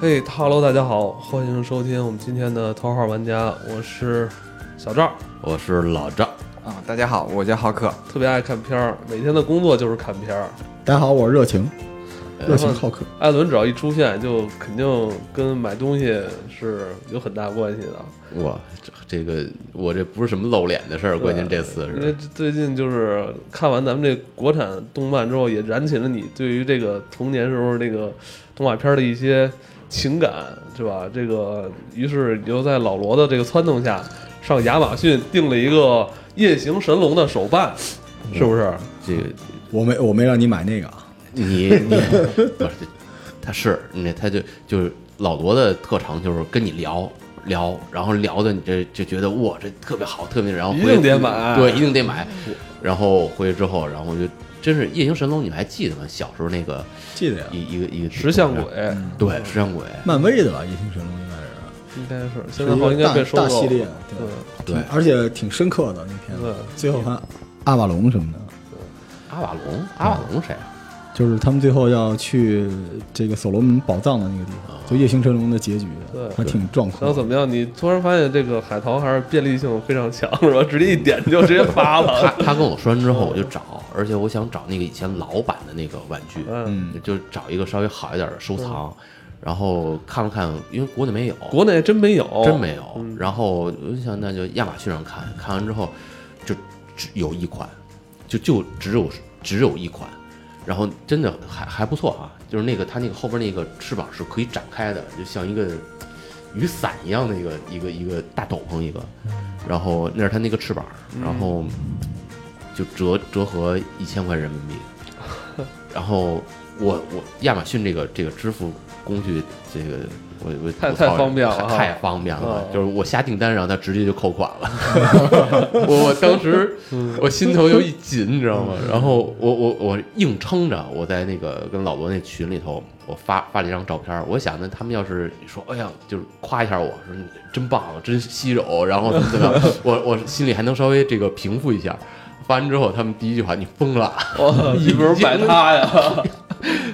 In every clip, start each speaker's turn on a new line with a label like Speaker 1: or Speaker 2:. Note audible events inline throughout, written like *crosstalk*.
Speaker 1: 嘿哈喽，大家好，欢迎收听我们今天的《头号玩家》，我是小赵，
Speaker 2: 我是老赵，
Speaker 3: 啊，大家好，我叫浩克。
Speaker 1: 特别爱看片儿，每天的工作就是看片儿。
Speaker 4: 大家好，我是热情，热情好客。
Speaker 1: 艾伦只要一出现，就肯定跟买东西是有很大关系的。
Speaker 2: 哇，这这个我这不是什么露脸的事儿，关键这次
Speaker 1: 因为
Speaker 2: 是
Speaker 1: 最近就是看完咱们这国产动漫之后，也燃起了你对于这个童年时候那个动画片的一些情感，是吧？这个，于是你就在老罗的这个撺掇下，上亚马逊订了一个《夜行神龙》的手办，是不是？
Speaker 2: 这个
Speaker 4: 我没我没让你买那个啊，
Speaker 2: 你你 *laughs* 不是他是那他就就是老罗的特长就是跟你聊聊，然后聊的你这就觉得哇这特别好，特别然后回
Speaker 1: 一定得买
Speaker 2: 对，一定得买。然后回去之后，然后就真是夜行神龙，你们还记得吗？小时候那个
Speaker 4: 记得呀，
Speaker 2: 一一个一个
Speaker 1: 石像鬼，
Speaker 2: 对石像鬼，
Speaker 4: 漫威的吧，《夜行神龙》应该是
Speaker 1: 应该是现
Speaker 4: 是
Speaker 1: 在
Speaker 4: 一
Speaker 1: 好像
Speaker 4: 个
Speaker 1: 应该被收
Speaker 4: 大
Speaker 1: 购
Speaker 4: 大系列
Speaker 1: 了。，
Speaker 4: 对
Speaker 1: 对
Speaker 4: 吧，
Speaker 2: 对
Speaker 4: 挺而且挺深刻的那片
Speaker 1: 对
Speaker 4: 子。最后还阿瓦隆什么的，
Speaker 2: 阿瓦隆，阿瓦隆谁啊？
Speaker 4: 就是他们最后要去这个所罗门宝藏的那个地方，就《夜行神龙》的结局
Speaker 1: 对，
Speaker 4: 还挺壮阔
Speaker 1: 然后怎。么样？你突然发现这个海淘还是便利性非常强，是吧？直接一点就直接发
Speaker 2: 他
Speaker 1: 了。
Speaker 2: 他跟我说完之后，我就找，而且我想找那个以前老版的那个玩具，
Speaker 1: *laughs* 嗯，
Speaker 4: 嗯，
Speaker 2: 就找一个稍微好一点的收藏，然后看了看，因为国内没有，
Speaker 1: 国内真没有，
Speaker 2: 真没有
Speaker 1: 嗯。
Speaker 2: 然后我就想，那就亚马逊上看看完之后，就只有一款，就就只有只有一款。然后真的还还不错啊，就是那个它那个后边那个翅膀是可以展开的，就像一个雨伞一样的一个一个一个大斗篷一个，然后那是它那个翅膀，
Speaker 1: 嗯
Speaker 2: 然后就折折合一千块人民
Speaker 1: *laughs*
Speaker 2: 币，然后我我亚马逊这个这个支付工具这个我我
Speaker 1: 太
Speaker 2: 我操
Speaker 1: 太方便了
Speaker 2: 太
Speaker 1: 哈
Speaker 2: 太方便了
Speaker 1: 嗯，
Speaker 2: 就是我下订单，然后它直接就扣款了，我我当时我心头就一紧，你知道吗？然后我我我硬撑着，我在那个跟老罗那群里头，我发发了一张照片儿，我想呢，他们要是说，哎呀，就是夸一下我说你真棒，啊真吸手，然后怎么怎么样，我我心里还能稍微这个平复一下。发完之后，他们第一句话：“你疯了，
Speaker 1: *laughs* 哇，你不如买它呀！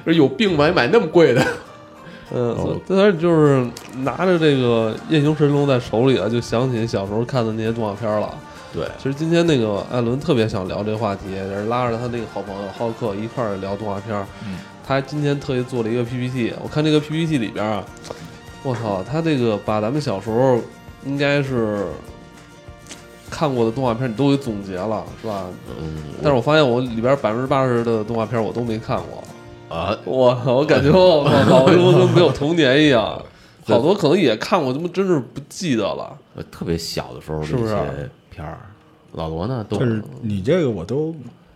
Speaker 2: 说有病吧？你买那么贵的
Speaker 1: *laughs* 嗯，所
Speaker 2: 哦
Speaker 1: 但是就是拿着这个《夜行神龙》在手里啊，就想起小时候看的那些动画片了。？”
Speaker 2: 对，
Speaker 1: 其实今天那个艾伦特别想聊这个话题，也是拉着他那个好朋友浩克一块儿聊动画片。
Speaker 3: 嗯，
Speaker 1: 他今天特意做了一个 PPT，我看这个 PPT 里边啊，我操，他这个把咱们小时候应该是看过的动画片你都给总结了，是吧？
Speaker 2: 嗯，
Speaker 1: 但是我发现我里边百分之八十的动画片我都没看过。
Speaker 2: 啊，
Speaker 1: 我我感觉我
Speaker 4: *laughs*
Speaker 1: 我老多跟没有童年一样，好多可能也看过，他妈真是不记得了。
Speaker 2: 我呃特别小的时候的
Speaker 1: 是不
Speaker 2: 一
Speaker 1: 是
Speaker 2: 些片儿，老罗呢都
Speaker 4: 就是你这个我都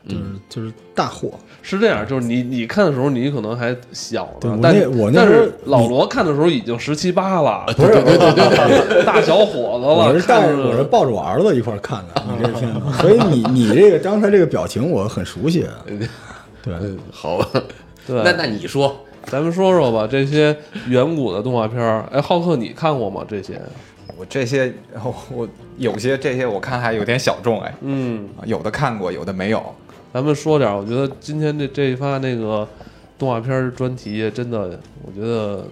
Speaker 4: 就是就是大火，
Speaker 1: 是这样，就是你你看的时候，你可能还小
Speaker 4: 对
Speaker 1: 呢
Speaker 4: 我，
Speaker 1: 但
Speaker 4: 那我那
Speaker 1: 但
Speaker 4: 时候
Speaker 1: 是老罗看的时候已经十七八
Speaker 4: *laughs*
Speaker 1: 了，
Speaker 2: 对对对对对对，
Speaker 1: 大小伙子了，
Speaker 4: 我是带
Speaker 1: 哦看
Speaker 4: 着我是
Speaker 1: 着
Speaker 4: 抱着我儿子一块儿看的，你这片子，所以你你这个刚才这个表情我很熟悉，啊对，
Speaker 2: 好吧，
Speaker 1: 对
Speaker 2: 那那你说，
Speaker 1: 咱们说说吧，这些远古的动画片儿，哎，浩克你看过吗？这些？
Speaker 3: 我这些， *laughs* 我我有些这些我看还有点小众哎，
Speaker 1: 嗯，
Speaker 3: 啊有的看过，有的没有。
Speaker 1: 咱们说点儿，我觉得今天这这一发那个动画片儿专题，真的，我觉得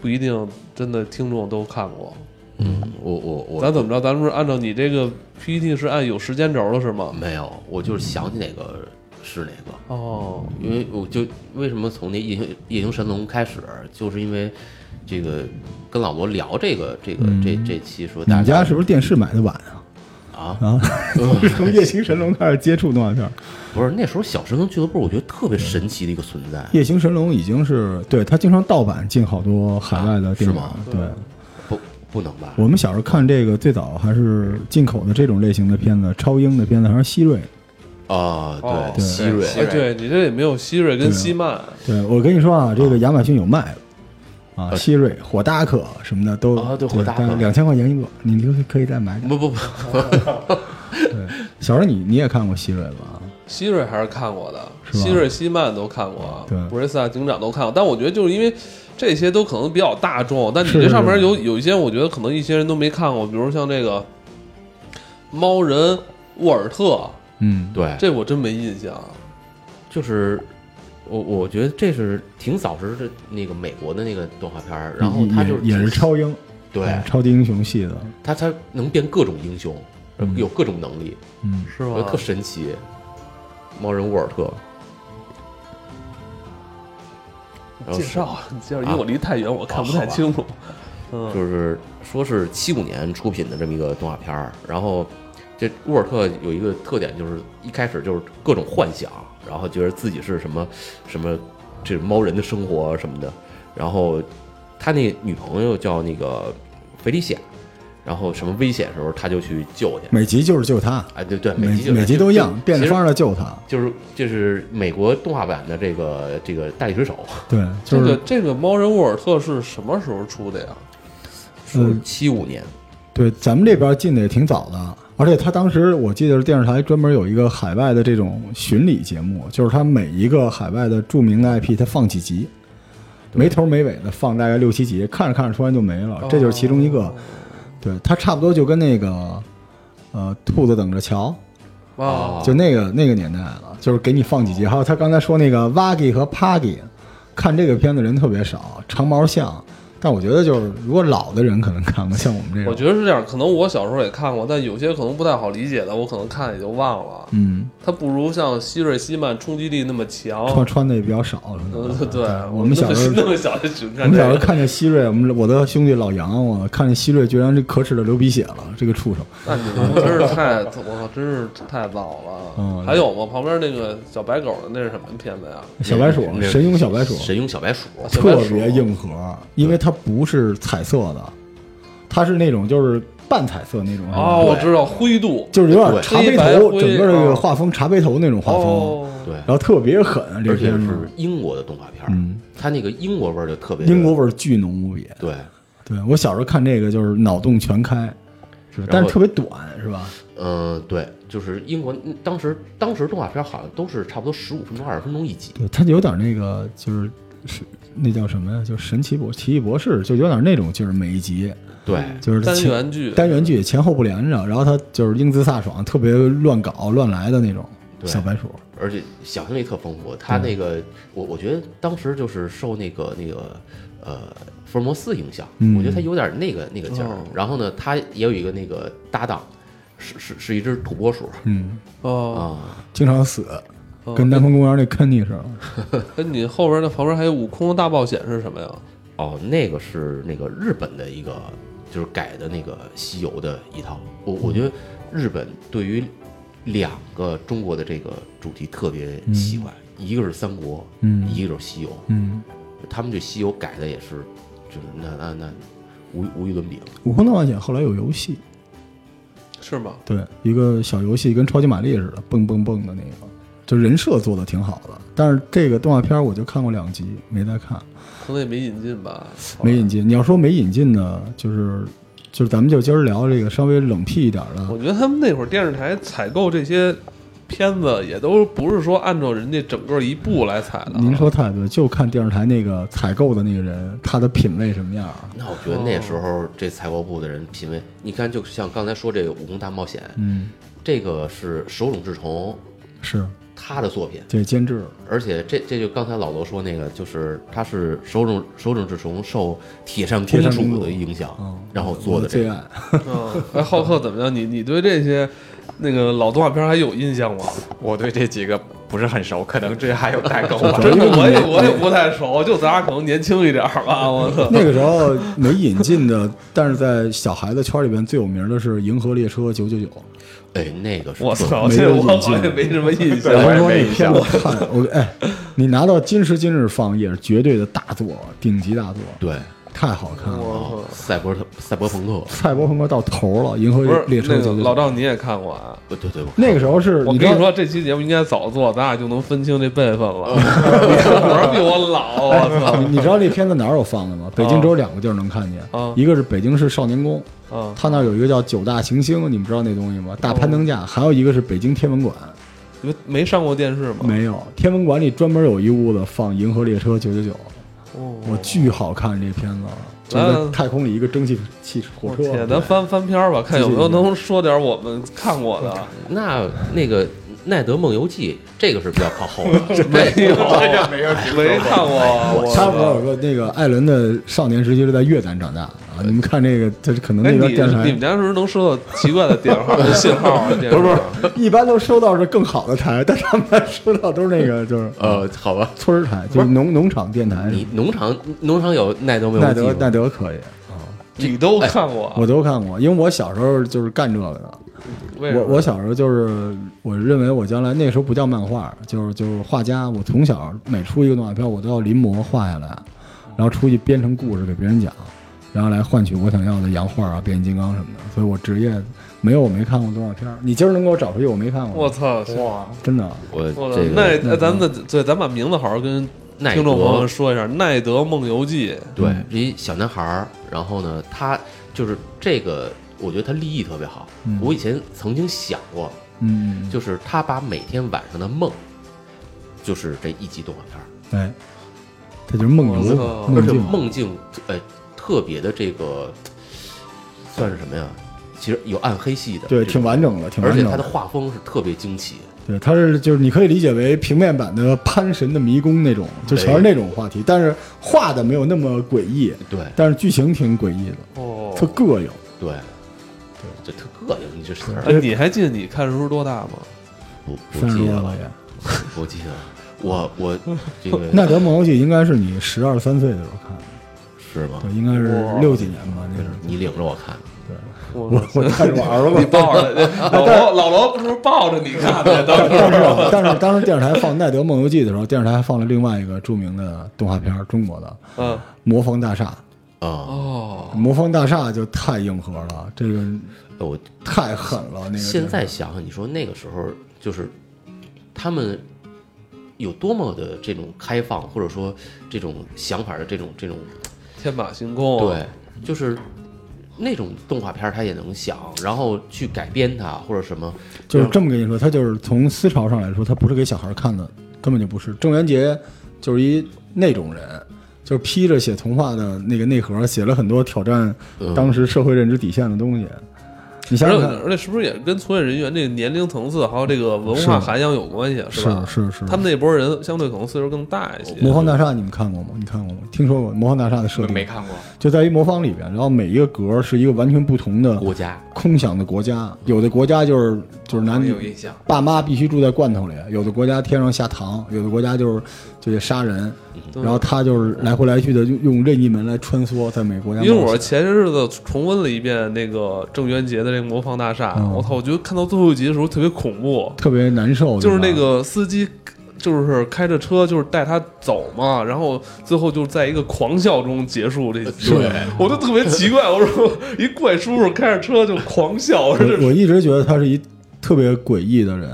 Speaker 1: 不一定真的听众都看过。
Speaker 2: 嗯，我我我
Speaker 1: 咱怎么着？咱们是按照你这个 PPT 是按有时间轴的是吗？
Speaker 2: 没有，我就是想起哪个是哪个，
Speaker 1: 哦，
Speaker 2: 因为我就为什么从那夜行夜行神龙开始，就是因为这个跟老罗聊这个这个这这期说
Speaker 4: 嗯你
Speaker 2: 大
Speaker 4: 们家是不是电视买的晚啊？ *laughs*
Speaker 2: 啊
Speaker 4: 啊，从《夜行神龙》开始接触动画片，《
Speaker 2: 不是那时候小神龙俱乐部，我觉得特别神奇的一个存在，
Speaker 4: 夜行神龙》已经是对它经常盗版进好多海外的电影。
Speaker 2: 啊
Speaker 4: 对，
Speaker 2: 不不能吧？
Speaker 4: 我们小时候看这个最早还是进口的这种类型的片子，超英的片子还是希瑞。
Speaker 2: 啊，
Speaker 1: 哦
Speaker 2: 对，希瑞
Speaker 3: 希
Speaker 1: 哎，对你这也没有希瑞跟希曼，
Speaker 4: 对我跟你说啊，这个亚马逊有卖的啊，
Speaker 2: 呃
Speaker 4: 希瑞、火达可什么的都
Speaker 2: 啊对火达可
Speaker 4: 两千块钱一个，你留可以再买点。
Speaker 2: 不不不，
Speaker 4: 对，小时候你你也看过希瑞吧？
Speaker 1: 希瑞还是看过的，
Speaker 4: 是吧
Speaker 1: 希瑞、希曼都看过
Speaker 4: 对，
Speaker 1: 布瑞斯塔警长都看过。但我觉得就是因为这些都可能比较大众，但你
Speaker 4: 是
Speaker 1: 这上面
Speaker 4: 是
Speaker 1: 有有一些，我觉得可能一些人都没看过，比如像这个猫人沃尔特，
Speaker 4: 嗯，
Speaker 2: 对，
Speaker 1: 这我真没印象。
Speaker 2: 就是我我觉得这是挺早时的那个美国的那个动画片儿，然后
Speaker 4: 也
Speaker 2: 他就是
Speaker 4: 也是超哎英，啊
Speaker 2: 对
Speaker 4: 超级英雄系的，
Speaker 2: 他他能变各种英雄，
Speaker 4: 嗯
Speaker 2: 有各种能力，
Speaker 4: 嗯，
Speaker 1: 是
Speaker 2: 我觉
Speaker 1: 吧
Speaker 2: 得特？神奇。猫人沃尔特，然后
Speaker 1: 介
Speaker 2: 是
Speaker 1: 绍啊介绍，因为
Speaker 2: 啊
Speaker 1: 我离太远，我看不太清楚。嗯，
Speaker 2: 就是说是七五年出品的这么一个动画片儿，然后这沃尔特有一个特点，就是一开始就是各种幻想，然后觉得自己是什么什么这猫人的生活什么的，然后他那女朋友叫那个菲利西亚，然后什么危险时候他就去救去，
Speaker 4: 每集就是救他，
Speaker 2: 哎对对，
Speaker 4: 每
Speaker 2: 每集就是
Speaker 4: 每集都一样，变着
Speaker 2: 其实
Speaker 4: 法儿的救他，
Speaker 2: 就是就是美国动画版的这个这个大力水手，
Speaker 4: 对，
Speaker 1: 这
Speaker 4: 就
Speaker 1: 个
Speaker 4: 是
Speaker 1: 这个猫人沃尔特是什么时候出的呀？
Speaker 4: 嗯
Speaker 2: 是七五年，
Speaker 4: 对，咱们这边进的也挺早的，而且他当时我记得是电视台专门有一个海外的这种巡礼节目，就是他每一个海外的著名的 IP，他放几集，没头没尾的放大概六七集，看着看着突然就没了，这就是其中一个。对，他差不多就跟那个呃兔子等着瞧，
Speaker 1: 啊
Speaker 2: 哦，
Speaker 4: 就那个那个年代了，就是给你放几集。还有他刚才说那个 Wagi 和 Pagi，看这个片子人特别少，长毛象。但我觉得就是，如果老的人可能看过，像我们这种，
Speaker 1: 我觉得是这样。可能我小时候也看过，但有些可能不太好理解的，我可能看也就忘了。
Speaker 4: 嗯，
Speaker 1: 它不如像希瑞希曼冲击力那么强。
Speaker 4: 穿穿的也比较少。
Speaker 1: 嗯，
Speaker 4: 是
Speaker 1: 哦对
Speaker 4: 吧
Speaker 1: 对，
Speaker 4: 我们小时候
Speaker 1: 那，么小就喜欢
Speaker 4: 我
Speaker 1: 看
Speaker 4: 们
Speaker 1: 这
Speaker 4: 小时候
Speaker 1: 个。
Speaker 4: 看见希瑞，我们我的兄弟老杨，我看见希瑞居然这可耻的流鼻血了，这个畜生。
Speaker 1: 那你们真是太， *laughs* 我靠，真是太早了。
Speaker 4: 嗯
Speaker 1: 还有吗？旁边那个小白狗的那是什么片子呀？
Speaker 4: 小白鼠
Speaker 2: 那，
Speaker 4: 神勇小白鼠，
Speaker 2: 神勇小白鼠，
Speaker 1: 小白
Speaker 4: 特
Speaker 1: 鼠
Speaker 4: 别硬核，因为它不是彩色的，它是那种就是半彩色那种。
Speaker 1: 哦，我知道灰度。
Speaker 4: 嗯就是有点
Speaker 2: 对
Speaker 4: 茶杯
Speaker 1: 黑白
Speaker 4: 头，
Speaker 1: 灰
Speaker 4: 整个这
Speaker 1: 哦
Speaker 4: 个画风茶杯头那种画风，
Speaker 1: 哦，
Speaker 2: 对
Speaker 4: 然，后特别狠，这
Speaker 2: 而且
Speaker 4: 片子
Speaker 2: 是英国的动画片儿，
Speaker 4: 嗯
Speaker 2: 它那个英国味儿就特别的
Speaker 4: 英国味儿巨浓无比。
Speaker 2: 对，
Speaker 4: 对我小时候看这个就是脑洞全开，是
Speaker 2: 然
Speaker 4: 吧
Speaker 2: 后
Speaker 4: 但是特别短，是吧？
Speaker 2: 嗯对，就是英国嗯当时当时动画片好像都是差不多十五分钟二十分钟一集，
Speaker 4: 对，它有点那个就是是那叫什么呀？就是神奇博奇异博士，就有点那种劲儿，每一集
Speaker 2: 对，
Speaker 4: 就是
Speaker 1: 单
Speaker 4: 前
Speaker 1: 元剧，
Speaker 4: 单元剧前后不连着，然后它就是英姿飒爽，特别乱搞乱来的那种
Speaker 2: 对
Speaker 4: 小白鼠。
Speaker 2: 而且想象力特丰富。它那
Speaker 4: 嗯
Speaker 2: 个我我觉得当时就是受那个那个呃福尔摩斯影响，
Speaker 4: 嗯
Speaker 2: 我觉得它有点那个那个劲儿
Speaker 1: 哦。
Speaker 2: 然后呢，它也有一个那个搭档，是是是一只土拨鼠
Speaker 4: 嗯，
Speaker 1: 哦，
Speaker 2: 啊，
Speaker 4: 经常死，
Speaker 1: 哦
Speaker 4: 跟南方公园那肯尼似的。
Speaker 1: 跟你后边那旁边还有《悟空大冒险》是什么呀？
Speaker 2: 哦，那个是那个日本的一个，就是改的那个西游的一套。我我觉得日本对于两个中国的这个主题特别喜欢，一个是三国，
Speaker 4: 嗯
Speaker 2: 一个就是西游。
Speaker 4: 嗯，
Speaker 2: 他们对西游改的也是，就是那那那无无与伦比了。
Speaker 4: 《悟空大冒险》后来有游戏，
Speaker 1: 是吗？
Speaker 4: 对，一个小游戏跟超级玛丽似的，蹦蹦蹦的那个，就人设做的挺好的。但是这个动画片我就看过两集，没再看，
Speaker 1: 可能也没引进吧，
Speaker 4: 没引进。你要说没引进呢，就是就是咱们就今儿聊这个稍微冷僻一点的，
Speaker 1: 我觉得他们那会儿电视台采购这些片子，也都不是说按照人家整个一部来采的。
Speaker 4: 您说太对，就看电视台那个采购的那个人，他的品味什么样儿。
Speaker 2: 那我觉得那时候这采购部的人品味，你看，就像刚才说这个《武功大冒险》，
Speaker 4: 嗯，
Speaker 2: 这个是手冢治虫
Speaker 4: 是
Speaker 2: 他的作品，
Speaker 4: 这监制，
Speaker 2: 而且这这就刚才老罗说那个，就是他是手冢手冢治虫受铁扇公
Speaker 4: 铁扇公
Speaker 2: 主
Speaker 4: 主
Speaker 2: 的影响，
Speaker 4: 嗯，
Speaker 2: 然后做
Speaker 4: 我
Speaker 2: 的
Speaker 4: 的
Speaker 2: 这
Speaker 4: 最
Speaker 2: 个。
Speaker 4: 爱。
Speaker 1: 嗯，哎，浩克怎么样？你你对这些那个老动画片还有印象吗？
Speaker 3: 我对这几个不是很熟，可能这还有代沟
Speaker 1: *laughs*
Speaker 3: 吧。
Speaker 1: 真的，我也我也不太熟，就咱俩可能年轻一点儿吧。我操，
Speaker 4: *laughs* 那个时候没引进的，但是在小孩子圈里边最有名的是《银河列车九九九》。
Speaker 2: 哎，那个是
Speaker 1: 我
Speaker 2: 特
Speaker 1: 操，
Speaker 4: 没
Speaker 1: 这
Speaker 4: 有
Speaker 1: 我
Speaker 4: 印
Speaker 1: 好
Speaker 4: 象
Speaker 1: 像也没什么印象
Speaker 3: 对。我也
Speaker 4: 然后
Speaker 3: 没
Speaker 4: 那
Speaker 3: 印
Speaker 4: 片
Speaker 3: 象
Speaker 4: 子看我哎，你拿到今时今日放也是绝对的大作，顶级大作，
Speaker 2: 对，啊
Speaker 4: 太好看了。
Speaker 1: 我操
Speaker 2: 赛博特赛博朋克，哦
Speaker 4: 赛博朋克到头了，《银河
Speaker 1: 不是
Speaker 4: 列车
Speaker 1: 那个
Speaker 4: 九九
Speaker 1: 老
Speaker 4: 九》
Speaker 1: 赵，你也看过啊？
Speaker 2: 呃对对，我
Speaker 4: 那个时候是，
Speaker 1: 我
Speaker 4: 你
Speaker 1: 跟你
Speaker 4: 知道，
Speaker 1: 说，这期节目应该早做，咱俩就能分清这辈分
Speaker 4: *laughs*
Speaker 1: 了。你看我说比我老，我
Speaker 4: 你你知道那片子哪儿有放
Speaker 1: *laughs*
Speaker 4: 的吗？北京只有两个地儿能看见
Speaker 1: 啊，
Speaker 4: 一个是北京市少年宫，
Speaker 1: 操啊！哦
Speaker 4: 它那儿有一个叫九大行星，你们知道那东西吗？大攀登架，还有一个是北京天文馆，
Speaker 1: 你们没上过电视吗？
Speaker 4: 没有天文馆里专门有一屋子放《银河列车九九九》。
Speaker 1: 哦，
Speaker 4: 我巨好看这片子，就
Speaker 1: 嗯
Speaker 4: 是太空里一个蒸汽汽火
Speaker 1: 我
Speaker 4: 车， *laughs*
Speaker 1: 天，咱翻翻篇儿吧，看有没有能说点我们看过的。
Speaker 2: 那那个奈德梦游记》，这个是比较靠后的。对
Speaker 1: 没有，
Speaker 3: 没有
Speaker 1: 哎没看过。我
Speaker 4: 差不多有个那个艾伦的少年时期是在越南长大的啊，你们看这个，这可能
Speaker 1: 哎，
Speaker 4: 那
Speaker 1: 你
Speaker 4: 边电视
Speaker 1: 你
Speaker 4: 台
Speaker 1: 们家是不是能收到奇怪的电
Speaker 2: *laughs*
Speaker 1: 话、信号啊？不
Speaker 2: 不是不是，
Speaker 4: 一般都收到是更好的台，但他们家收到都是那个就是
Speaker 2: 呃，好吧，
Speaker 4: 村儿台，就是农农场电台。
Speaker 2: 你农场农场有奈德梦
Speaker 4: 奈
Speaker 2: 游记
Speaker 4: 德奈
Speaker 2: 吗？
Speaker 4: 德可以，
Speaker 1: 你都
Speaker 4: 哎
Speaker 1: 看过啊？
Speaker 4: 我都看过，因为我小时候就是干这个的。
Speaker 1: 为什
Speaker 4: 我
Speaker 1: 么
Speaker 4: 我小时候就是我认为我将来那时候不叫漫画，就是就是画家。我从小每出一个动画片，我都要临摹画下来，然后出去编成故事给别人讲，然后来换取我想要的洋画啊、变形金刚什么的。所以我职业没有我没看过动画片。你今儿能给我找出去我没看过
Speaker 1: 我
Speaker 4: 的，
Speaker 1: 操！
Speaker 3: 哇，
Speaker 4: 真的。啊
Speaker 2: 我
Speaker 1: 我操
Speaker 2: 这
Speaker 1: 那
Speaker 4: 嗯
Speaker 2: 个
Speaker 1: 哎咱们的对，咱把名字好好跟
Speaker 2: 奈
Speaker 1: 听众朋友
Speaker 2: 德
Speaker 1: 们说一下，《奈德梦游记》
Speaker 2: 对，是一小男孩儿，然后呢，他就是这个，我觉得他立意特别好。
Speaker 4: 嗯
Speaker 2: 我以前曾经想过，
Speaker 4: 嗯，
Speaker 2: 就是他把每天晚上的梦，就是这一集动画片儿，
Speaker 4: 哎，他就是梦游
Speaker 1: 我操
Speaker 2: 而
Speaker 4: 梦
Speaker 2: 且
Speaker 4: 境，
Speaker 2: 梦境呃特别的这个算是什么呀？其实有暗黑系的，
Speaker 4: 对，挺完，整的，挺
Speaker 2: 而
Speaker 4: 完
Speaker 2: 且
Speaker 4: 整
Speaker 2: 他的。画风是特别惊奇。
Speaker 4: 对，它是就是你可以理解为平面版的《潘神的迷宫》那种，就全是那种话题，但是画的没有那么诡异，
Speaker 2: 对
Speaker 4: 但是剧情挺诡异的，
Speaker 1: 哦，
Speaker 4: 特膈应。
Speaker 2: 对，这特膈应，你这词
Speaker 1: 哎，
Speaker 2: 儿
Speaker 1: 你还记得你看的时候多大吗？
Speaker 2: 不不
Speaker 4: 三十
Speaker 2: 记
Speaker 4: 多
Speaker 2: 得
Speaker 4: 了
Speaker 2: 了，
Speaker 4: 也，
Speaker 2: 不记得了。 *laughs* 我我这个
Speaker 4: 奈德梦游记应该是你十二三岁的时候看的，
Speaker 2: 是吗？
Speaker 4: 对，应该是
Speaker 1: 哇
Speaker 4: 六几年吧，那是。
Speaker 2: 你领着我看，
Speaker 1: 我
Speaker 4: 我我看着我儿
Speaker 1: 你
Speaker 4: 子，
Speaker 1: 抱
Speaker 4: *laughs*
Speaker 1: 着老罗，老罗是不是抱着你看的？当时
Speaker 4: 但是啊但是当时电视台放《奈德梦游记》的时候，电视台还放了另外一个著名的动画片儿，中国的
Speaker 1: 嗯，
Speaker 4: 《魔方大厦
Speaker 2: 啊、
Speaker 1: 哦》，，
Speaker 4: 《魔方大厦》就太硬核了，这个
Speaker 2: 哦我
Speaker 4: 太狠了，那个
Speaker 2: 现
Speaker 4: 真
Speaker 2: 在
Speaker 4: 是
Speaker 2: 想想，你说那个时候就是他们有多么的这种开放，或者说这种想法的这种这种，
Speaker 1: 天马行空，，啊
Speaker 2: 对，就是那种动画片儿他也能想，然后去改编它或者什么，
Speaker 4: 就是这么跟你说，它就是从思潮上来说，它不是给小孩看的，根本就不是。郑渊洁就是一那种人，就是披着写童话的那个内核，写了很多挑战
Speaker 2: 嗯
Speaker 4: 当时社会认知底线的东西。你想
Speaker 1: 而
Speaker 4: 想
Speaker 1: 且
Speaker 4: 看，
Speaker 1: 而且是不是也跟从业人员这个年龄层次还有这个文
Speaker 4: 是
Speaker 1: 化涵养有关系啊？吧？
Speaker 4: 是是是
Speaker 1: 他们那波人相对可能岁数更大一些。
Speaker 4: 魔方大厦你们看过吗？你看过吗？听说过魔方大厦的设定
Speaker 3: 没看过，
Speaker 4: 就在于魔方里边，然后每一个格是一个完全不同的
Speaker 2: 国家
Speaker 4: 空想的国家，有的国家就是就是男
Speaker 3: 我
Speaker 1: 哎
Speaker 4: 女
Speaker 3: 有印象。
Speaker 4: 爸妈必须住在罐头里，有的国家天上下糖，有的国家就是就得杀人，
Speaker 2: 嗯
Speaker 1: 对
Speaker 4: 然后他就是来回来去的用用任意门来穿梭在每个国家冒
Speaker 1: 因
Speaker 4: 险。
Speaker 1: 为我前些日子重温了一遍那个郑渊洁的这个《魔方大厦》
Speaker 4: 嗯
Speaker 1: 我操，我觉得看到最后一集的时候特别恐怖，
Speaker 4: 特别难受，
Speaker 1: 就是
Speaker 4: 对
Speaker 1: 那
Speaker 4: 吧
Speaker 1: 个司机就是开着车就是带他走嘛，然后最后就在一个狂笑中结束这集。
Speaker 4: 对
Speaker 1: 我就特别奇怪，我说一怪叔叔开着车就狂笑，我说这
Speaker 4: 我我一直觉得他是一特别诡异的人。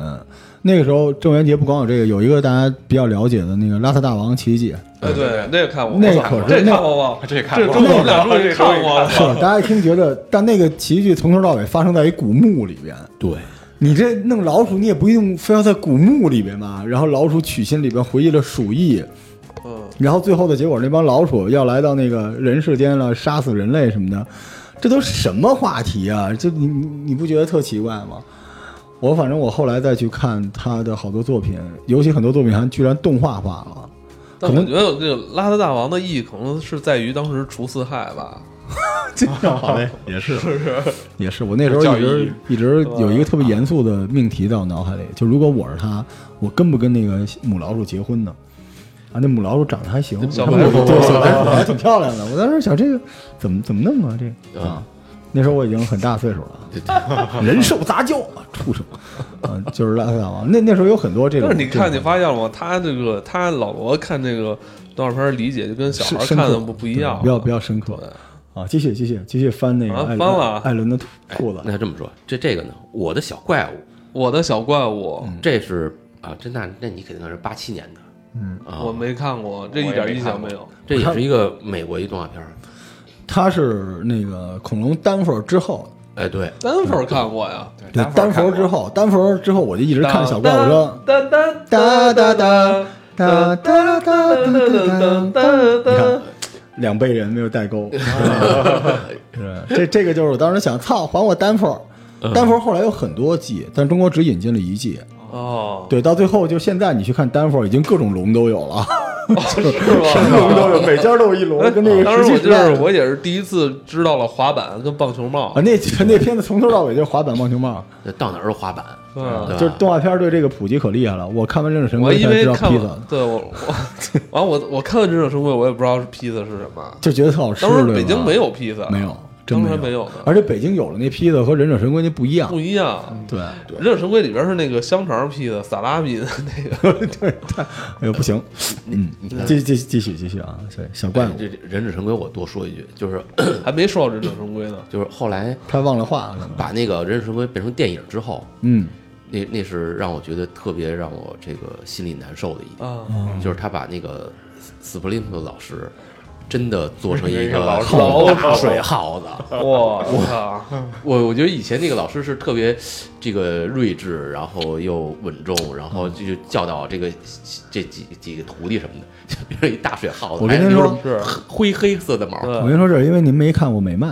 Speaker 4: 那个时候，郑渊洁不光有这个，有一个大家比较了解的那个《邋遢大王奇迹记》，
Speaker 1: 哎对，那个看过，
Speaker 4: 那
Speaker 1: 我操
Speaker 4: 可
Speaker 1: 这
Speaker 4: 是那
Speaker 1: 看过吗？
Speaker 3: 这看
Speaker 1: 这
Speaker 3: 过
Speaker 1: 中国俩
Speaker 3: 这
Speaker 1: 这看过了，
Speaker 4: 是吧大家一听觉得，但那个奇迹从头到尾发生在一古墓里边。
Speaker 2: 对。
Speaker 4: 你这弄老鼠，你也不一定非要在古墓里边吧？然后老鼠取心里边回忆了鼠疫，
Speaker 1: 嗯，
Speaker 4: 然后最后的结果，那帮老鼠要来到那个人世间了，杀死人类什么的，这都什么话题啊？这你你你不觉得特奇怪吗？我反正我后来再去看他的好多作品，尤其很多作品还居然动画化了。
Speaker 1: 但
Speaker 4: 可
Speaker 1: 我
Speaker 4: 能
Speaker 1: 觉得这个邋遢大王的意义可能是在于当时除四害吧，
Speaker 4: *laughs* 好嘞，也是，是是， *laughs* 也是。我那时候
Speaker 3: 教
Speaker 4: 一
Speaker 3: 育意义
Speaker 4: 直一直有一个特别严肃的命题在我脑海里，就如果我是他，我跟不跟那个母老鼠结婚呢？啊，那母老鼠长得还行，
Speaker 1: 小
Speaker 4: 他
Speaker 1: 白啊
Speaker 4: 们
Speaker 1: 鼠
Speaker 4: 对小白鼠还挺漂亮的。我当时想，这个怎么怎么弄啊？这个啊
Speaker 2: 啊，
Speaker 4: 那时候我已经很大岁数了啊。
Speaker 2: 对对
Speaker 4: *laughs* 人兽杂交啊，畜生，啊，就是邋遢大王。那那时候有很多这种，
Speaker 1: 但是你看，
Speaker 4: 这
Speaker 1: 你
Speaker 4: 种
Speaker 1: 发现了吗？他这个他老罗看这个动画片理解就跟小孩看的不不一样
Speaker 4: 对，比较比较深刻啊。继续继续继续翻那个
Speaker 1: 啊
Speaker 4: 艾伦
Speaker 1: 翻了啊
Speaker 4: 艾伦的兔裤子，
Speaker 2: 那这么说，这这个呢，我的小怪物，
Speaker 1: 我的小怪物，
Speaker 2: 这是啊，这那那你肯定是八七年的，嗯啊，
Speaker 1: 我没看过，这一点印象没有。
Speaker 2: 这也是一个美国一动画片儿，
Speaker 4: 他是那个恐龙丹佛之后，
Speaker 2: 哎，对，
Speaker 1: 单份看过呀，
Speaker 4: 对
Speaker 3: 丹佛
Speaker 4: 丹
Speaker 3: 看
Speaker 4: 佛
Speaker 3: 过
Speaker 4: 之后，丹佛之后我就一直看小怪物说
Speaker 1: 噔噔
Speaker 4: 哒
Speaker 1: 噔哒
Speaker 4: 哒哒
Speaker 1: 哒
Speaker 4: 哒
Speaker 1: 哒
Speaker 4: 哒哒哒
Speaker 1: 噔
Speaker 4: 哒
Speaker 1: 噔
Speaker 4: 哒
Speaker 1: 噔
Speaker 4: 你看
Speaker 1: 噔，
Speaker 4: 两辈人没有代沟，是这这个就是我当时想，操，还我丹佛。丹佛后来有很多季，但中国只引进了一季。
Speaker 1: 哦，
Speaker 4: 对，到最后就现在你去看丹佛，已经各种龙都有了，
Speaker 1: 是吧？
Speaker 4: 什么龙都有，每家都有一龙，跟那个
Speaker 1: 哎当时
Speaker 4: 石器
Speaker 1: 我
Speaker 4: 时
Speaker 1: 就
Speaker 4: 代
Speaker 1: 是我也是第一次知道了滑板跟棒球帽
Speaker 4: 啊，，那那片子从头到尾就是滑板棒球帽，
Speaker 2: 那到哪儿都滑板，
Speaker 1: 对
Speaker 2: 对吧
Speaker 4: 啊就是动画片对这个普及可厉害了。我看完《忍者神
Speaker 1: 我
Speaker 4: 龟》
Speaker 1: 因
Speaker 4: 才
Speaker 1: 为
Speaker 4: 知道
Speaker 1: 看
Speaker 4: 披萨
Speaker 1: 完，对我我 *laughs* 完我我看了《忍者神龟》，我也不知道是披萨是什么。
Speaker 4: 就觉得特好吃。
Speaker 1: 当时
Speaker 4: 对吧
Speaker 1: 北京没有披萨，
Speaker 4: 没有，真
Speaker 1: 当
Speaker 4: 没
Speaker 1: 时
Speaker 4: 有
Speaker 1: 没有的
Speaker 4: 而且北京有了那披萨和《忍者神龟》那不一样
Speaker 1: 不，一样。
Speaker 4: 对
Speaker 1: 《忍者神龟》里边是那个香肠披萨、萨拉米的那个，
Speaker 4: 对，太哎呦不行，嗯，继继继续继续啊，对，小怪物
Speaker 2: 这这忍者神龟，我多说一句，就是
Speaker 1: 还没说到《忍者神龟》呢。
Speaker 2: 就是后来
Speaker 4: 他忘了话了，可能
Speaker 2: 把那个忍者神龟变成电影之后，
Speaker 4: 嗯，
Speaker 2: 那那是让我觉得特别让我这个心里难受的一点，
Speaker 1: 啊，
Speaker 2: 就是他把那个斯普林特老师真的做成一
Speaker 3: 一
Speaker 2: 个
Speaker 3: 个 *laughs* 老
Speaker 1: 师
Speaker 2: 大水耗子。
Speaker 1: 我操！
Speaker 2: 我我觉得以前那个老师是特别这个睿智，然后又稳重，然后
Speaker 4: 嗯
Speaker 2: 就就教导这个这几几个徒弟什么的， *laughs* 就变成一大水耗子，
Speaker 4: 我跟
Speaker 2: 还
Speaker 4: 您
Speaker 2: 留
Speaker 4: 说
Speaker 2: 着
Speaker 1: 是
Speaker 2: 灰黑色的毛
Speaker 1: 对
Speaker 4: 我跟你说，这是因为您没看过美漫，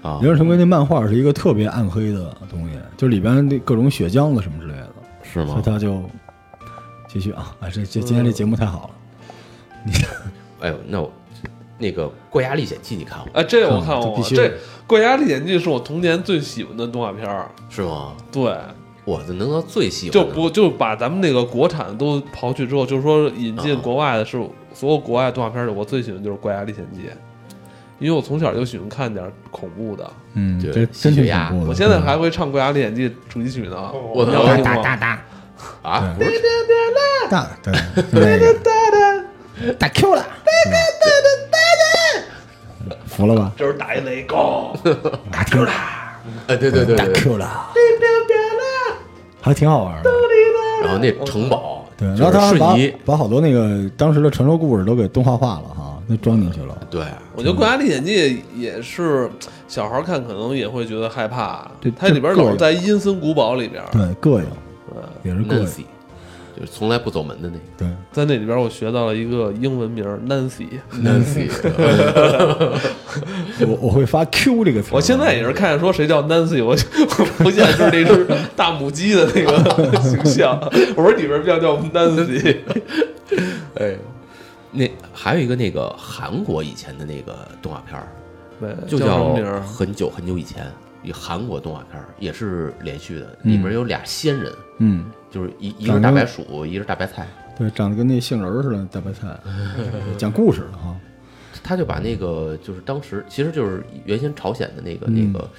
Speaker 2: 啊
Speaker 4: 《忍者神龟》那漫画是一个特别暗黑的东西，就里边那各种血浆子什么之类的，
Speaker 2: 是
Speaker 4: 所以
Speaker 2: 吗？
Speaker 4: 他就继续啊，哎，这这今天这节目太好了，
Speaker 2: 哎呦，那我那个《怪鸭历险记》你看过
Speaker 1: 哎，这我看
Speaker 4: 嗯
Speaker 1: 过，
Speaker 4: 必须
Speaker 1: 这《怪鸭历险记》是我童年最喜欢的动画片儿。
Speaker 2: 是吗？
Speaker 1: 对，
Speaker 2: 我的能到最喜欢
Speaker 1: 就
Speaker 2: 的
Speaker 1: 不就把咱们那个国产都刨去之后，就是说引进国外的是所有国外动画片里，我最喜欢就是《怪鸭历险记》，因为我从小就喜欢看点恐怖的。
Speaker 4: 嗯，
Speaker 2: 对
Speaker 4: 这真
Speaker 2: 吸
Speaker 4: 挺
Speaker 2: 血呀
Speaker 4: 恐怖的。
Speaker 1: 我现在还会唱《怪鸭历险记》主题曲呢。
Speaker 2: 我
Speaker 1: 你
Speaker 2: 能
Speaker 1: 要听
Speaker 2: 打
Speaker 1: 吗？
Speaker 2: 啊，不是
Speaker 4: 大对，就那个打 Q 了，服了吧？
Speaker 1: 这是打一雷公，
Speaker 4: 打 Q 了，
Speaker 2: 哎，对对对
Speaker 4: 打
Speaker 2: 对，
Speaker 4: Q 了，还挺好玩的。
Speaker 2: 然后那城堡
Speaker 4: *laughs* 对，然
Speaker 2: 就
Speaker 4: 后
Speaker 2: 是
Speaker 4: 他还把
Speaker 2: 瞬移，
Speaker 4: 把好多那个当时的传说故事都给动画化了哈，都装进去了。
Speaker 2: 对，
Speaker 1: *laughs* 我觉得《怪鸭历险记》也是小孩看，可能也会觉得害怕
Speaker 4: 对。
Speaker 1: 它里边老是在阴森古堡里边，
Speaker 4: 对，膈应，也是膈应。
Speaker 2: Nancy，就是从来不走门的那
Speaker 4: *laughs*
Speaker 2: 个
Speaker 4: 对，
Speaker 1: 在那里边我学到了一个英文名儿 Nancy。
Speaker 2: Nancy，
Speaker 4: *laughs* 我我会发 Q 这个词儿。
Speaker 1: 我现在也是看见说谁叫 Nancy，我就 *laughs* 我浮现出那只大母鸡的那个形 *laughs* 象。我说里边要叫 *laughs* Nancy，
Speaker 2: 哎，那还有一个那个韩国以前的那个动画片儿，
Speaker 1: 对，呃叫
Speaker 2: 就
Speaker 1: 什
Speaker 2: 叫
Speaker 1: 么名儿？
Speaker 2: 很久很久以前，一韩国动画片儿也是连续的，
Speaker 1: 嗯
Speaker 2: 里面有俩仙人，
Speaker 4: 嗯，
Speaker 2: 就是一一个是大白鼠，一个是大白菜，
Speaker 4: 对，长得跟那杏仁儿似的大白菜，讲故事的哈。
Speaker 2: 他就把那个就是当时其实就是原先朝鲜的那个
Speaker 4: 嗯
Speaker 2: 那个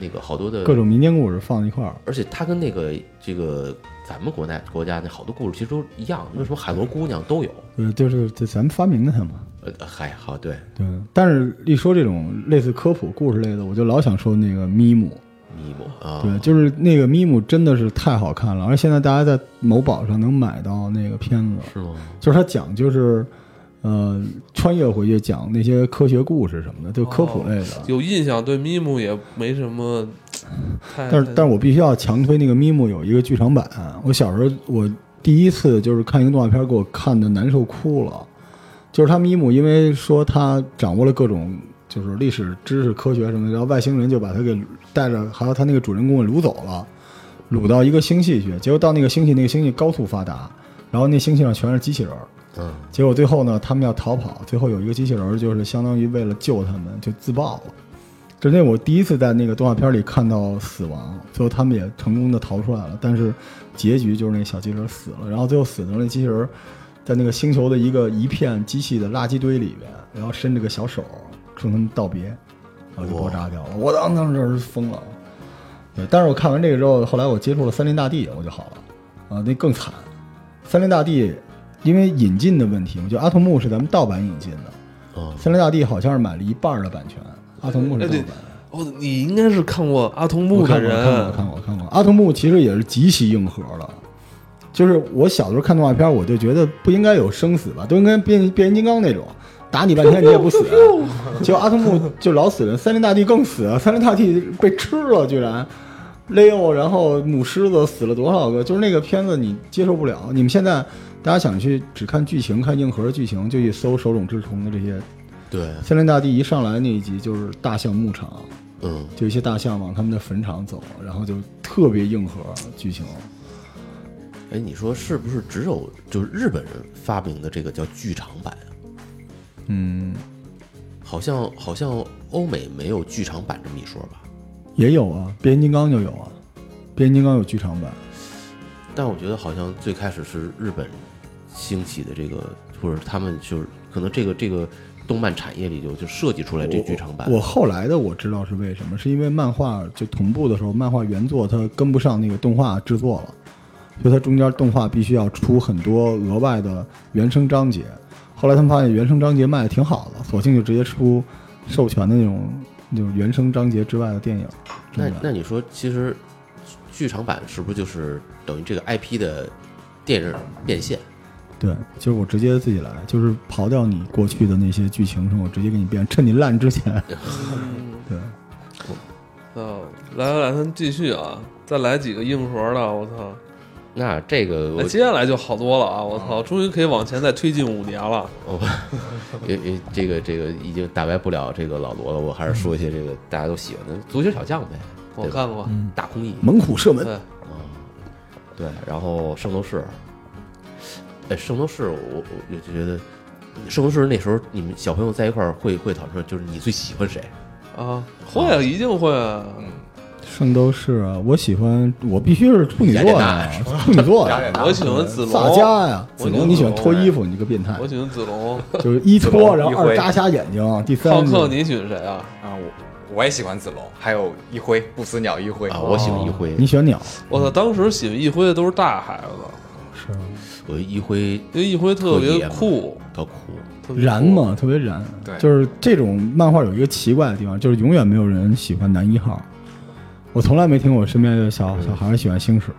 Speaker 2: 那个好多的
Speaker 4: 各种民间故事放一块儿，
Speaker 2: 而且他跟那个这个咱们国内国家那好多故事其实都一样，为什么海螺姑娘都有？
Speaker 4: 呃，就是这咱们发明的它嘛。
Speaker 2: 呃，嗨，好，对，
Speaker 4: 对，但是一说这种类似科普故事类的，我就老想说那个咪姆。
Speaker 2: 咪姆啊，
Speaker 4: 对，就是那个咪姆真的是太好看了，而且现在大家在某宝上能买到那个片子，
Speaker 2: 是吗？
Speaker 4: 就是他讲就是，呃，穿越回去讲那些科学故事什么的，就科普类的。
Speaker 1: 有印象，对咪姆也没什么太。
Speaker 4: 但是，但是我必须要强推那个咪姆有一个剧场版。我小时候我第一次就是看一个动画片，给我看的难受哭了。就是他咪姆，因为说他掌握了各种就是历史知识、科学什么的，然后外星人就把他给带着，还有他那个主人公给掳走了，掳到一个星系去。结果到那个星系，那个星系高速发达，然后那星系上全是机器人儿。
Speaker 2: 嗯，
Speaker 4: 结果最后呢，他们要逃跑，最后有一个机器人儿就是相当于为了救他们就自爆了。这是那我第一次在那个动画片里看到死亡，最后他们也成功的逃出来了，但是结局就是那小机器人死了，然后最后死的时候那机器人在那个星球的一个一片机器的垃圾堆里边，然后伸着个小手冲他们道别，然后就爆炸掉了。我当当时疯了，对，但是我看完这个之后，后来我接触了森林大地，我就好了，啊，那更惨，森林大地因为引进的问题，我觉得阿童木是咱们盗版引进的，
Speaker 2: 嗯，
Speaker 4: 森林大地好像是买了一半儿的版权，阿童木是盗
Speaker 1: 哎
Speaker 4: 版。
Speaker 1: 哦，你应该是看过阿童
Speaker 4: 我
Speaker 1: 木的
Speaker 4: 看过，
Speaker 1: 人，
Speaker 4: 看过，看过，看过。阿童木其实也是极其硬核的，就是我小的时候看动画片，我就觉得不应该有生死吧，都应该变变形金刚那种，打你半天你也不死。结果阿童木就老死人，森林大帝更死，森林大帝被吃了居然。Leo，然后母狮子死了多少个？就是那个片子你接受不了。你们现在大家想去只看剧情、看硬核的剧情，就去搜手冢治虫的这些。
Speaker 2: 对，
Speaker 4: 森林大帝一上来那一集就是大象牧场，
Speaker 2: 嗯，
Speaker 4: 就一些大象往他们的坟场走，然后就特别硬核剧情。
Speaker 2: 哎，你说是不是只有就是日本人发明的这个叫剧场版啊？
Speaker 4: 嗯，
Speaker 2: 好像好像欧美没有剧场版这么一说吧？
Speaker 4: 也有啊，变形金刚就有啊，变形金刚有剧场版，
Speaker 2: 但我觉得好像最开始是日本兴起的这个，或者他们就是可能这个这个动漫产业里就就设计出来这剧场版
Speaker 4: 我。我后来的我知道是为什么，是因为漫画就同步的时候，漫画原作它跟不上那个动画制作了，所以它中间动画必须要出很多额外的原声章节。后来他们发现原声章节卖的挺好的，索性就直接出授权的那种那种原声章节之外的电影。
Speaker 2: 那
Speaker 4: 真的
Speaker 2: 那你说，其实剧场版是不是就是等于这个 IP 的电影变现？
Speaker 4: 对，就是我直接自己来，就是刨掉你过去的那些剧情什么，我直接给你变，趁你烂之 *laughs* 前。
Speaker 1: 嗯
Speaker 4: 对，
Speaker 1: 啊，来来来，咱们继续啊，再来几个硬核的，我操！
Speaker 2: 那这个
Speaker 1: 那
Speaker 2: 我
Speaker 1: 接下来就好多了啊！我操，终于可以往前再推进五年了。
Speaker 2: 也也呃这个这个已经打败不了这个老罗了，我还是说一些这个大家都喜欢的足球小将呗，
Speaker 1: 我看过，
Speaker 2: 大空翼，
Speaker 4: 猛虎射门，
Speaker 1: 对，
Speaker 2: 对，然后圣斗士，哎，圣斗士我我我就觉得。圣斗士那时候，你们小朋友在一块儿会会讨论，就是你最喜欢谁？
Speaker 1: 啊，会啊，一定会啊！
Speaker 4: 圣斗士啊，我喜欢，我必须是处女座呀，处女座呀，
Speaker 1: *laughs* 我喜欢子龙，
Speaker 4: 萨迦呀，
Speaker 1: 我
Speaker 4: 子
Speaker 1: 觉得
Speaker 4: 龙你喜欢
Speaker 1: 子龙
Speaker 4: 脱
Speaker 1: 哎
Speaker 4: 衣服，你这个变态
Speaker 1: 我，喜欢子龙。
Speaker 4: 就是一
Speaker 3: 子龙
Speaker 4: 脱，然后
Speaker 3: 一
Speaker 4: 二
Speaker 3: 辉
Speaker 4: 扎瞎眼睛，第
Speaker 1: 浩
Speaker 4: 三
Speaker 1: 克，
Speaker 4: 是
Speaker 1: 你喜欢谁啊？
Speaker 3: 啊，我我也喜欢子龙，还有一辉，不死鸟一辉
Speaker 2: 啊我喜欢一辉
Speaker 4: 你喜欢鸟，
Speaker 1: 我操，当时喜欢一辉的都是大孩子，
Speaker 4: 是
Speaker 2: 我一辉
Speaker 1: 因为一辉特
Speaker 2: 特
Speaker 1: 别
Speaker 2: 爷们
Speaker 1: 酷，
Speaker 2: 特酷，
Speaker 1: 特别酷
Speaker 4: 燃？嘛，特别燃。
Speaker 3: 对
Speaker 4: 就是这种漫画有一个奇怪的地方，就是永远没有人喜欢男一号，我从来没听我身边的小
Speaker 1: 嗯
Speaker 4: 小孩喜欢星矢，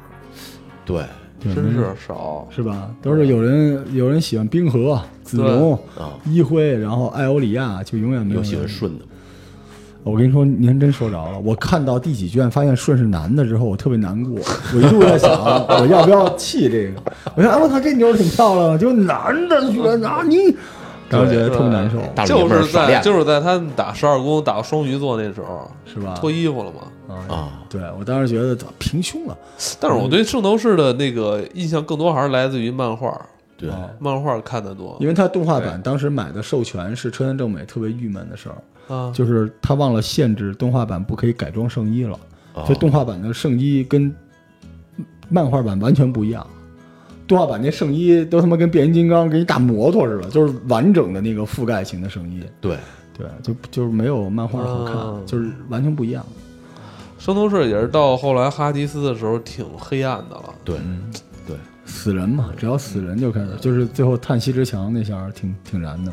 Speaker 2: 对，
Speaker 4: 对，没
Speaker 1: 真
Speaker 4: 人
Speaker 1: 是少。
Speaker 4: 是吧？都是有人有人喜欢冰河、子龙、
Speaker 2: 啊，
Speaker 4: 一辉，然后艾欧里亚，就永远没有
Speaker 2: 有喜欢
Speaker 4: 人
Speaker 2: 顺的吗？
Speaker 4: 我跟你说，您还真说着了。我看到第几卷，发现顺是男的之后，我特别难过。我一度在
Speaker 2: *laughs*
Speaker 4: 想，我要不要弃这个？我说，哎，我操，这妞儿挺漂亮的，就男的居然拿你，然后觉得特别难受，
Speaker 2: 大老爷
Speaker 1: 就
Speaker 2: 们儿
Speaker 1: 是
Speaker 2: 耍
Speaker 1: 在
Speaker 2: 练
Speaker 1: 就是在他们打十二宫、打双鱼座那时候，
Speaker 4: 是吧？
Speaker 1: 脱衣服了嘛。
Speaker 2: 啊，
Speaker 4: 对我当时觉得操平胸了，
Speaker 1: 但是我对圣斗士的那个印象更多还是来自于漫画，
Speaker 2: 对，
Speaker 1: 漫画看的多
Speaker 4: 因为他动画版当时买的授权是车田正美特别郁闷的事儿，
Speaker 1: 啊。
Speaker 4: 就是他忘了限制动画版不可以改装圣衣了。
Speaker 2: 啊
Speaker 4: 所以动画版的圣衣跟漫画版完全不一样。动画版那圣衣都他妈跟变形金刚跟一大摩托似的，就是完整的那个覆盖型的圣衣。
Speaker 2: 对，
Speaker 4: 对，就就是没有漫画好看，
Speaker 1: 啊
Speaker 4: 就是完全不一样。
Speaker 1: 圣斗士也是到后来哈迪斯的时候挺黑暗的了。
Speaker 2: 对，对，
Speaker 4: 死人嘛，只要死人就开始，就是最后叹息之墙那下儿挺挺燃的。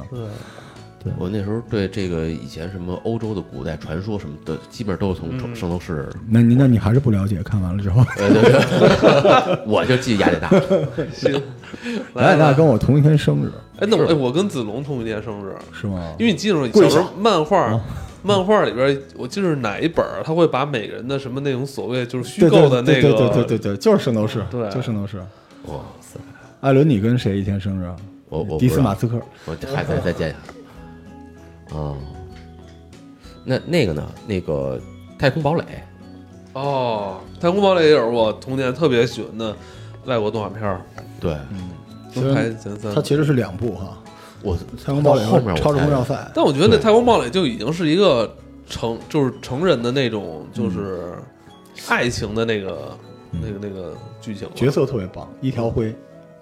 Speaker 1: 对，
Speaker 2: 我那时候对这个以前什么欧洲的古代传说什么的，基本都是从圣圣斗士，
Speaker 4: 那你那你还是不了解，看完了之后，
Speaker 2: 呃，对对，我就记雅典娜，
Speaker 4: 雅典娜哎跟我同一天生日，
Speaker 1: 哎，那我哎，我跟子龙同一年生日，
Speaker 4: 是吗？
Speaker 1: 因为你记住，小
Speaker 4: 跪
Speaker 1: 时
Speaker 4: 下
Speaker 1: 候漫画
Speaker 4: 啊，
Speaker 1: 漫画里边，我记得是哪一本儿，他会把每个人的什么那种所谓就是虚
Speaker 4: 对对
Speaker 1: 构的那
Speaker 4: 对对对对
Speaker 1: 个，
Speaker 4: 对对，就是圣斗士，
Speaker 1: 对
Speaker 4: 就圣斗士。
Speaker 2: 哇塞，
Speaker 4: 艾伦，你跟谁一天生日啊？
Speaker 2: 我我不
Speaker 4: 迪斯
Speaker 2: 知道
Speaker 4: 马斯克。
Speaker 2: 我这还再再见一下，哦，那那个呢？那个太空堡垒，
Speaker 1: 哦，太空堡垒也有我童年特别喜欢的外国动画片儿，
Speaker 2: 对
Speaker 4: 嗯
Speaker 1: 能排前三
Speaker 4: 它。其实是两部哈，
Speaker 2: 我
Speaker 4: 太空堡垒
Speaker 2: 到
Speaker 4: 和
Speaker 2: 后面我
Speaker 4: 超时
Speaker 2: 才
Speaker 4: 空要塞。
Speaker 1: 但我觉得那太空堡垒就已经是一个成，就是成人的那种，就是
Speaker 4: 嗯
Speaker 1: 爱情的那个、那个、那个剧情了。
Speaker 4: 角色特别棒，一条辉、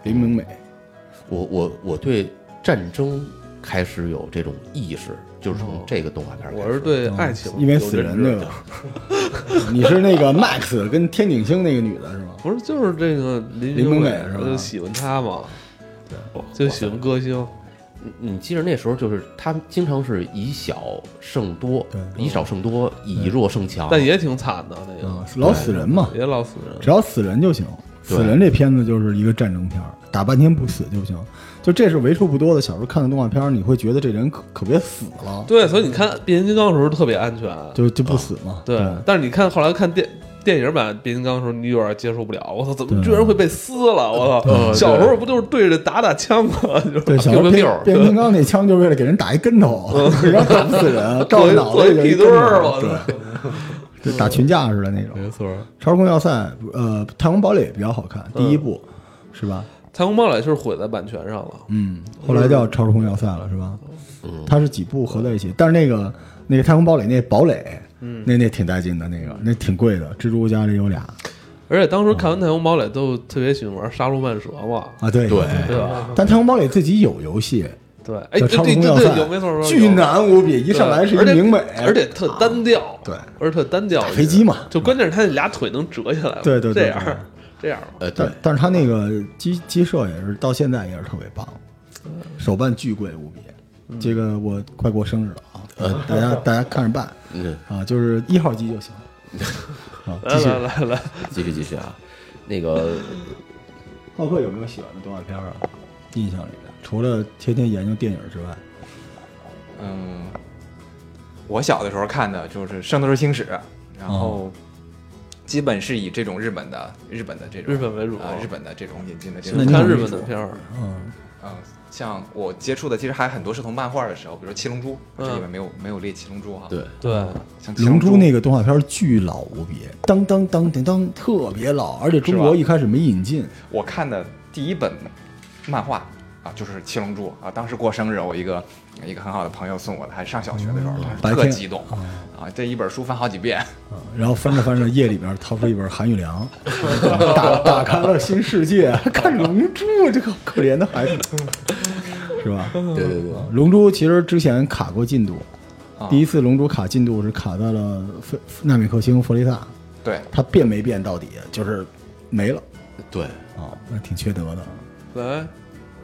Speaker 4: 林明美， *laughs*
Speaker 2: 我我我对战争开始有这种意识，就是
Speaker 4: 哦
Speaker 2: 从这个动画片开始。
Speaker 1: 我是对爱情
Speaker 4: 嗯因为
Speaker 1: 有
Speaker 4: 死
Speaker 1: 认
Speaker 4: 人
Speaker 1: 知
Speaker 4: 对吧？你是那个 Max 跟天井星那个女的是
Speaker 2: 嗯
Speaker 4: 吗？
Speaker 1: *laughs* 不是，就是这个林
Speaker 4: 林
Speaker 1: 明
Speaker 4: 明
Speaker 1: 美
Speaker 4: 美是吧
Speaker 1: 我就喜欢他嘛，
Speaker 2: 我
Speaker 1: 就喜欢歌星。
Speaker 2: 你你记着那时候就是他们经常是以小胜多，
Speaker 4: 对嗯
Speaker 2: 以少胜多，以弱胜强。
Speaker 1: 但也挺惨的那个
Speaker 4: 啊，，老死人嘛，
Speaker 1: 也老死人。
Speaker 4: 只要死人就行。
Speaker 2: 对
Speaker 4: 死人这片子就是一个战争片儿，打半天不死就行。就这是为数不多的小时候看的动画片儿，你会觉得这人可可别死了，
Speaker 1: 对，所以你看变形金刚的时候特别安全，
Speaker 4: 就就不死嘛。
Speaker 1: 对。但是你看后来看电电影版变形金刚的时候，你有点接受不了。我操，怎么居然会被撕了？我 *laughs* 操！小时候不就是对着打打枪吗？就是
Speaker 4: 嗯对，小时候
Speaker 2: 溜溜
Speaker 4: 变
Speaker 2: 溜儿
Speaker 4: 变形金刚那枪就是为了给人打一跟头，
Speaker 1: 嗯
Speaker 4: *laughs* 然后打不死人，照着脑
Speaker 1: 做
Speaker 4: 袋
Speaker 1: 一
Speaker 4: 就
Speaker 1: 屁
Speaker 4: 一
Speaker 1: 墩
Speaker 4: 跟
Speaker 1: 儿，
Speaker 4: 头
Speaker 1: 我
Speaker 4: 对
Speaker 1: 操！
Speaker 4: 就打群架似的那种。
Speaker 1: 没错，嗯
Speaker 4: 超时空要塞，呃，太空堡垒比较好看，第一部。是吧？
Speaker 1: 太空堡垒是毁在版权上了，
Speaker 4: 嗯，后来叫《超时空要塞》了，是吧？
Speaker 2: 嗯，
Speaker 4: 它是几部合在一起，但是那个那个太空堡垒那堡垒，嗯，那那挺带劲的，那个那挺贵的，蜘蛛家里有俩
Speaker 1: 而且当时
Speaker 4: 嗯
Speaker 1: 看完太空堡垒都特别喜欢玩杀戮曼蛇嘛，
Speaker 4: 啊，对
Speaker 2: 对
Speaker 1: 对吧？
Speaker 4: 但太空堡垒自己有游戏，
Speaker 1: 对，哎，对
Speaker 4: 叫《超
Speaker 1: 对
Speaker 4: 时空
Speaker 1: 对
Speaker 4: 要塞
Speaker 1: 对，有没错，有》，
Speaker 4: 巨难无比，一
Speaker 1: 对
Speaker 4: 上来是一
Speaker 1: 而且
Speaker 4: 明美，
Speaker 1: 而且特单调，
Speaker 4: 对，
Speaker 1: 而且特单调，
Speaker 4: 打飞机嘛
Speaker 1: 就关键是他那俩腿能折下来嘛，
Speaker 4: 对对
Speaker 1: 这
Speaker 4: 对对
Speaker 1: 样这样嘛，
Speaker 2: 呃，对
Speaker 4: 但，但是他那个机机设也是到现在也是特别棒，手办巨贵无比。这个我快过生日了啊，大家大家看着办
Speaker 2: 嗯，
Speaker 4: 啊，就是一号机就行。啊，继
Speaker 1: 来
Speaker 4: 续
Speaker 1: 来，来来，
Speaker 2: 继续继续啊，那
Speaker 4: *laughs*
Speaker 2: 个
Speaker 4: 浩克有没有喜欢的动画片啊？印象里的，除了天天研究电影之外，
Speaker 3: 嗯，我小的时候看的就是《圣斗士星矢》，然
Speaker 4: 哦
Speaker 3: 后基本是以这种日本的、日本的这种
Speaker 1: 日本为主哦
Speaker 3: 啊、日本的这种引进的这
Speaker 4: 那
Speaker 3: 种
Speaker 4: 你
Speaker 1: 看
Speaker 4: 怎么
Speaker 1: 日
Speaker 4: 理
Speaker 1: 本的
Speaker 4: 解
Speaker 1: 片儿，
Speaker 4: 嗯，
Speaker 3: 嗯，像我接触的其实还很多是从漫画的时候，比如说《七龙珠》，这里面
Speaker 1: 嗯
Speaker 3: 没有没有列《七龙珠》哈。
Speaker 2: 对，
Speaker 1: 对，
Speaker 3: 像七
Speaker 4: 龙珠
Speaker 3: 珠
Speaker 4: 那个动画片巨老无比，当当当当当，特别老，而且中
Speaker 3: 是
Speaker 4: 国
Speaker 3: 吧
Speaker 4: 一开始没引进，
Speaker 3: 我看的第一本漫画啊，就是《七龙珠》啊。当时过生日，我一个一个很好的朋友送我的，还上小学的时候，
Speaker 4: 嗯
Speaker 3: 当
Speaker 4: 白
Speaker 3: 时特
Speaker 4: 天
Speaker 3: 激动啊！这一本书翻好几遍，
Speaker 4: 嗯然后翻着翻着，夜里边掏出一本韩
Speaker 2: *laughs*
Speaker 4: 玉良，打打开了新世界，看《龙珠》，这个可怜的孩子，是吧？
Speaker 2: 对对对，
Speaker 4: 《龙珠》其实之前卡过进度，
Speaker 3: 啊
Speaker 4: 第一次《龙珠》卡进度是卡在了菲纳米克星弗雷萨，
Speaker 3: 对，
Speaker 4: 它变没变到底，就是没了
Speaker 2: 对，
Speaker 4: 啊，那挺缺德的。
Speaker 1: 来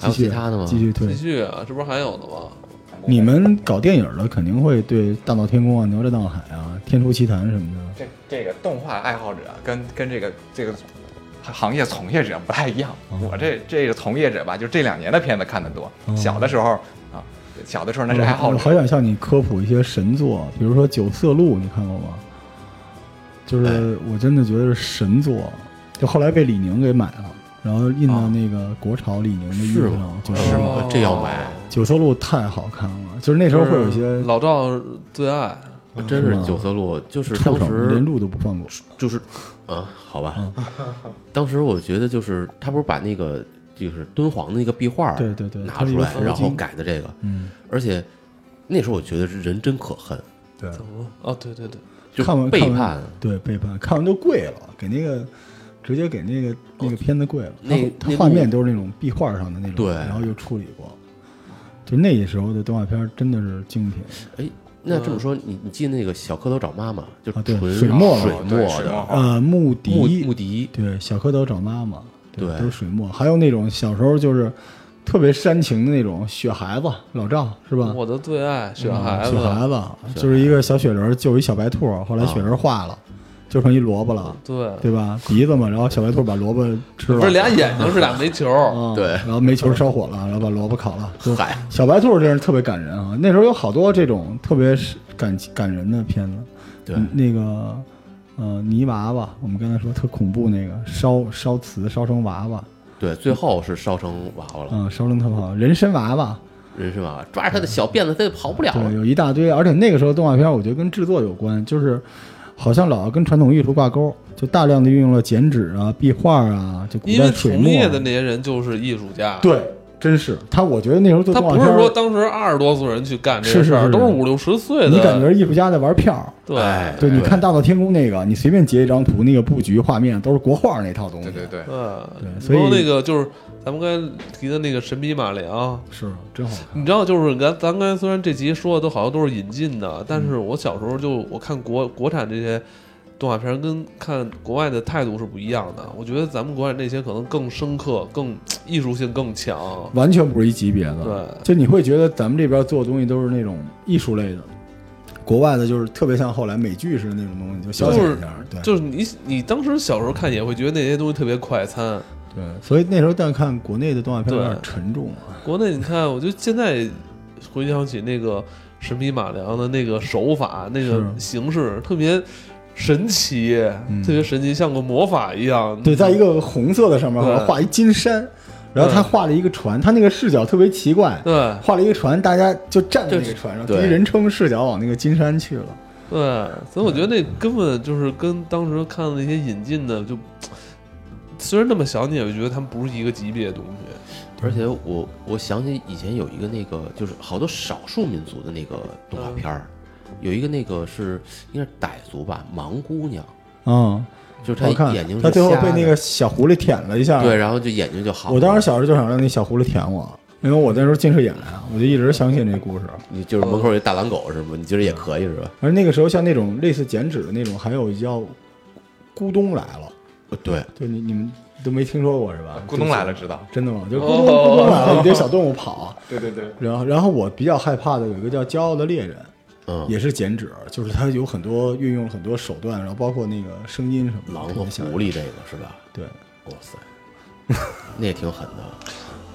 Speaker 2: 还
Speaker 4: 继
Speaker 2: 有
Speaker 4: 续
Speaker 2: 其他的吗？
Speaker 4: 继续推
Speaker 1: 继。续啊，这不是还有呢吗？
Speaker 4: 你们搞电影的肯定会对《大闹天宫》啊、《哪吒闹海》啊、《天书奇谭》什么的，
Speaker 3: 这这个动画爱好者啊跟跟这个这个行业从业者不太一样。我这这个从业者吧，就这两年的片子看得多。
Speaker 4: 哦
Speaker 3: 小的时候啊，小的时候那是爱好
Speaker 4: 我
Speaker 3: 者
Speaker 4: 好想向你科普一些神作，比如说《九色鹿》，你看过吗？就是我真的觉得是神作，就后来被李宁给买了，然后印到
Speaker 3: 啊
Speaker 4: 那个国潮李宁的衣服
Speaker 2: 是
Speaker 4: 上
Speaker 2: 吗，
Speaker 4: 就是
Speaker 2: 吗
Speaker 1: 哦
Speaker 2: 这要买
Speaker 4: 九色鹿太好看了，就是那时候会有一些
Speaker 1: 老赵最爱，
Speaker 2: 真
Speaker 4: 哦是
Speaker 2: 是
Speaker 4: 吗
Speaker 2: 九色鹿，就是
Speaker 4: 触
Speaker 2: 当
Speaker 4: 手连
Speaker 2: 时
Speaker 4: 录都不放过。
Speaker 2: 就是，啊，好
Speaker 4: 嗯
Speaker 2: 吧， *laughs* 当时我觉得就是他不是把那个就是敦煌的那个壁画
Speaker 4: 对对对
Speaker 2: 拿
Speaker 4: 它是一
Speaker 2: 出
Speaker 4: 个
Speaker 2: 来，
Speaker 4: 佛
Speaker 2: 然后
Speaker 4: 经
Speaker 2: 改的这个，
Speaker 4: 嗯，
Speaker 2: 而且那时候我觉得人真可恨，
Speaker 4: 对，
Speaker 1: 怎么了？哦，对对对，
Speaker 2: 就
Speaker 4: 看完
Speaker 2: 背
Speaker 4: 看完
Speaker 2: 叛。
Speaker 4: 对背叛，看完都跪了，给那个直接给那个那个片子跪了。
Speaker 2: 那
Speaker 4: 它它
Speaker 2: 那
Speaker 4: 画
Speaker 2: 幕
Speaker 4: 面都是那种壁画上的那种，
Speaker 2: 对
Speaker 4: 然后又处理过。就那时候的动画片真的是精品，
Speaker 2: 哎，那这么说，你你记得那个小蝌蚪找妈妈，就
Speaker 4: 啊
Speaker 2: 纯
Speaker 4: 对水
Speaker 2: 水
Speaker 4: 墨嘛
Speaker 3: 对
Speaker 2: 墨
Speaker 3: 水
Speaker 2: 的
Speaker 3: 墨
Speaker 4: 呃，穆
Speaker 2: 穆
Speaker 4: 迪，
Speaker 2: 穆迪，
Speaker 4: 对，小蝌蚪找妈妈，
Speaker 2: 对
Speaker 4: 都是水墨，还有那种小时候就是特别煽情的那种雪孩子，老赵是吧？
Speaker 1: 我的最爱雪
Speaker 4: 啊
Speaker 1: 孩子
Speaker 4: 雪，啊孩子就是一个小雪人救一小白兔，后来雪人化了，就剩一萝卜了，
Speaker 1: 对，
Speaker 4: 对吧？鼻子嘛，然后小白兔把萝卜吃了，
Speaker 1: 不是俩眼睛是俩煤球，
Speaker 4: 啊，
Speaker 2: 对
Speaker 4: 然后煤球烧火了，然后把萝卜烤了。
Speaker 2: 嗨，
Speaker 4: 小白兔真是特别感人啊！那时候有好多这种特别是感感人的片子，
Speaker 2: 对
Speaker 4: 嗯那个呃泥娃娃，我们刚才说特恐怖那个烧烧瓷烧成娃娃，
Speaker 2: 对，最后是烧成娃娃了，
Speaker 4: 嗯，烧成特好，人参娃娃，
Speaker 2: 人参娃娃，抓着他的小辫子，他就跑不了
Speaker 4: 对，
Speaker 2: 了。
Speaker 4: 有一大堆，而且那个时候动画片，我觉得跟制作有关，就是好像老要跟传统艺术挂钩，就大量的运用了剪纸啊、壁画啊，就古
Speaker 1: 因
Speaker 4: 代
Speaker 1: 为
Speaker 4: 水
Speaker 1: 从
Speaker 4: 墨
Speaker 1: 业
Speaker 4: 啊，
Speaker 1: 的那些人就是艺术家，
Speaker 4: 对，真是他，我觉得那时候做
Speaker 1: 他
Speaker 4: 动画
Speaker 1: 不
Speaker 4: 片，
Speaker 1: 是说当时二十多岁人去干这
Speaker 4: 是
Speaker 1: 个
Speaker 4: 是
Speaker 1: 事
Speaker 4: 是
Speaker 1: 儿，都是五六十岁的，
Speaker 4: 你感觉艺术家在玩票儿。
Speaker 1: 对，
Speaker 2: 哎
Speaker 4: 对，你看《大闹天宫》那个，你随便截一张图，那个布局、画面都是国画那套东西。
Speaker 3: 对对对，
Speaker 1: 对
Speaker 4: 所
Speaker 1: 嗯
Speaker 4: 以
Speaker 1: 包括那个就是咱们刚才提的那个神笔马良，
Speaker 4: 是真好看。
Speaker 1: 你知道，就是咱咱刚才虽然这集说的都好像都是引进的，但是我小时候就我看国国产这些动画片儿跟看国外的态度是不一样的。我觉得咱们国产那些可能更深刻、更艺术性更强。
Speaker 4: 完全不是一级别的，
Speaker 1: 对
Speaker 4: 就你会觉得咱们这边做的东西都是那种艺术类的，国外的就是特别像后来美剧似的那种东西，就消遣一下。对，
Speaker 1: 就是你你当时小时候看也会觉得那些东西特别快餐。
Speaker 4: 对，所以那时候但看国内的动画片有
Speaker 1: 对
Speaker 4: 点沉重啊，
Speaker 1: 国内你看，我就现在回想起那个神笔马良的那个手法、那个
Speaker 4: 是
Speaker 1: 形式，特别神奇，
Speaker 4: 嗯
Speaker 1: 特别神奇，像个魔法一样。
Speaker 4: 对，在一个红色的上面
Speaker 1: 对
Speaker 4: 画一金山，然后他画了一个船，他那个视角特别奇怪。
Speaker 1: 对
Speaker 4: 画了一个船，大家就站在
Speaker 2: 就
Speaker 4: 那个
Speaker 2: 是
Speaker 4: 船上，第
Speaker 2: 对
Speaker 4: 一人称视角往那个金山去了。
Speaker 1: 对，所以我觉得那根本就是跟当时看的那些引进的就虽然那么小，你也会觉得他们不是一个级别的东西。
Speaker 2: 而且我我想起以前有一个那个，就是好多少数民族的那个动画片儿，有一个那个是应该是傣族吧，盲姑娘，
Speaker 4: 嗯，
Speaker 2: 就是
Speaker 4: 好
Speaker 2: 她
Speaker 4: 看
Speaker 2: 眼睛。
Speaker 4: 他
Speaker 2: 是
Speaker 4: 最后
Speaker 2: 瞎
Speaker 4: 被那
Speaker 2: 的
Speaker 4: 个小狐狸舔了一下，
Speaker 2: 对，然后就眼睛就好了。
Speaker 4: 我当时小时候就想让那小狐狸舔我，因为我那时候近视眼啊，我就一直相信这故事。
Speaker 2: 你就是门口有一大狼狗是吗？你觉得也可以是吧？
Speaker 4: 而那个时候像那种类似剪纸的那种，还有叫咕咚来了，
Speaker 2: 呃对，
Speaker 4: 就你你们都没听说过是吧？
Speaker 3: 咕咚来了，知道？
Speaker 4: 真的吗？就咕
Speaker 1: 哦
Speaker 4: 咚咕咚来了，一堆小动物跑。
Speaker 3: 对对对，
Speaker 4: 然后然后我比较害怕的有一个叫骄傲的猎人，
Speaker 2: 嗯，
Speaker 4: 也是剪纸，就是它有很多运用了很多手段，然后包括那个声音什么的。
Speaker 2: 狼
Speaker 4: 特
Speaker 2: 和
Speaker 4: 别吓人
Speaker 2: 狐狸这个是吧？
Speaker 4: 对，
Speaker 2: 哇
Speaker 4: *laughs*
Speaker 2: 塞，那也挺狠的。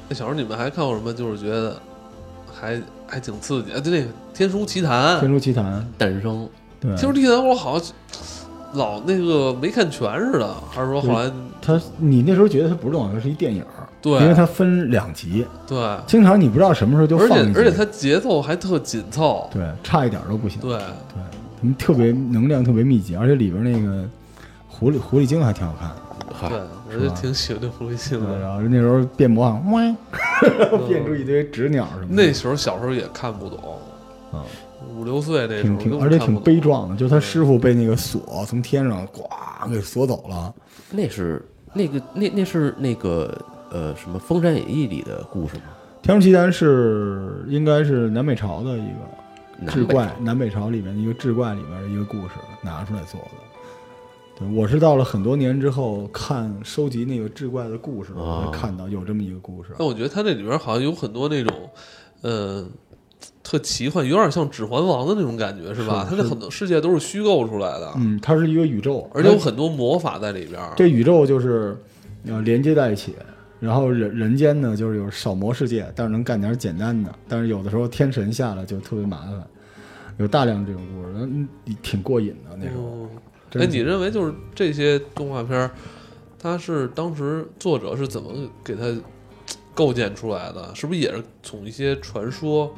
Speaker 1: 那小时候你们还看过什么？就是觉得哎还还挺刺激啊！就那个《天书奇谭》，
Speaker 4: 天书奇谭，
Speaker 2: 诞生，
Speaker 4: 对，
Speaker 1: 《天书奇谭》我好像老那个没看全似的，还是说后来
Speaker 4: 它你那时候觉得它不是动画片，是一电影儿，
Speaker 1: 对
Speaker 4: 因为它分两集，
Speaker 1: 对？
Speaker 4: 经常你不知道什么时候就
Speaker 1: 而
Speaker 4: 放
Speaker 1: 且
Speaker 4: 一集，
Speaker 1: 而且它节奏还特紧凑，
Speaker 4: 对差一点都不行，
Speaker 1: 对，
Speaker 4: 对，他们特别能量特别密集，而且里边那个狐狸狐狸精还挺好看的，
Speaker 2: 嗨
Speaker 1: 对，，我就挺喜欢这狐狸精
Speaker 4: 哎对，啊
Speaker 1: 的。
Speaker 4: 然后那时候变魔像，哇， *laughs* 变出一堆纸鸟什么的，
Speaker 1: 那时候小时候也看不懂，
Speaker 4: 啊，
Speaker 1: 五六岁那时
Speaker 4: 挺
Speaker 1: 候根
Speaker 4: 挺，
Speaker 1: 本
Speaker 4: 而且
Speaker 1: 看不
Speaker 4: 挺
Speaker 1: 懂
Speaker 4: 悲壮的，就是他师傅被那个锁从天上呱给锁走了，
Speaker 2: 那是那个那那是那个呃什么《封神演义》里的故事吗？
Speaker 4: 《天书奇谭》是应该是南北朝的一个
Speaker 2: 南
Speaker 4: 志
Speaker 2: 北
Speaker 4: 怪
Speaker 2: 朝，
Speaker 4: 南北朝里面的一个志怪里面的一个故事拿出来做的。对，我是到了很多年之后看收集那个志怪的故事，我
Speaker 2: 哦
Speaker 4: 才看到有这么一个故事。
Speaker 1: 但我觉得它那里边好像有很多那种，呃，特奇幻，有点像《指环王》的那种感觉，是吧？它的很多世界都是虚构出来的，
Speaker 4: 嗯，它是一个宇宙，
Speaker 1: 而且有很多魔法在里边。
Speaker 4: 这宇宙就是呃连接在一起，然后人人间呢就是有少魔世界，但是能干点简单的，但是有的时候天神下来就特别麻烦，有大量这种故事，嗯挺过瘾的那种。
Speaker 1: 嗯，
Speaker 4: 真
Speaker 1: 哎，
Speaker 4: 是
Speaker 1: 你认为就是这些动画片儿，它是当时作者是怎么给它构建出来的？是不是也是从一些传说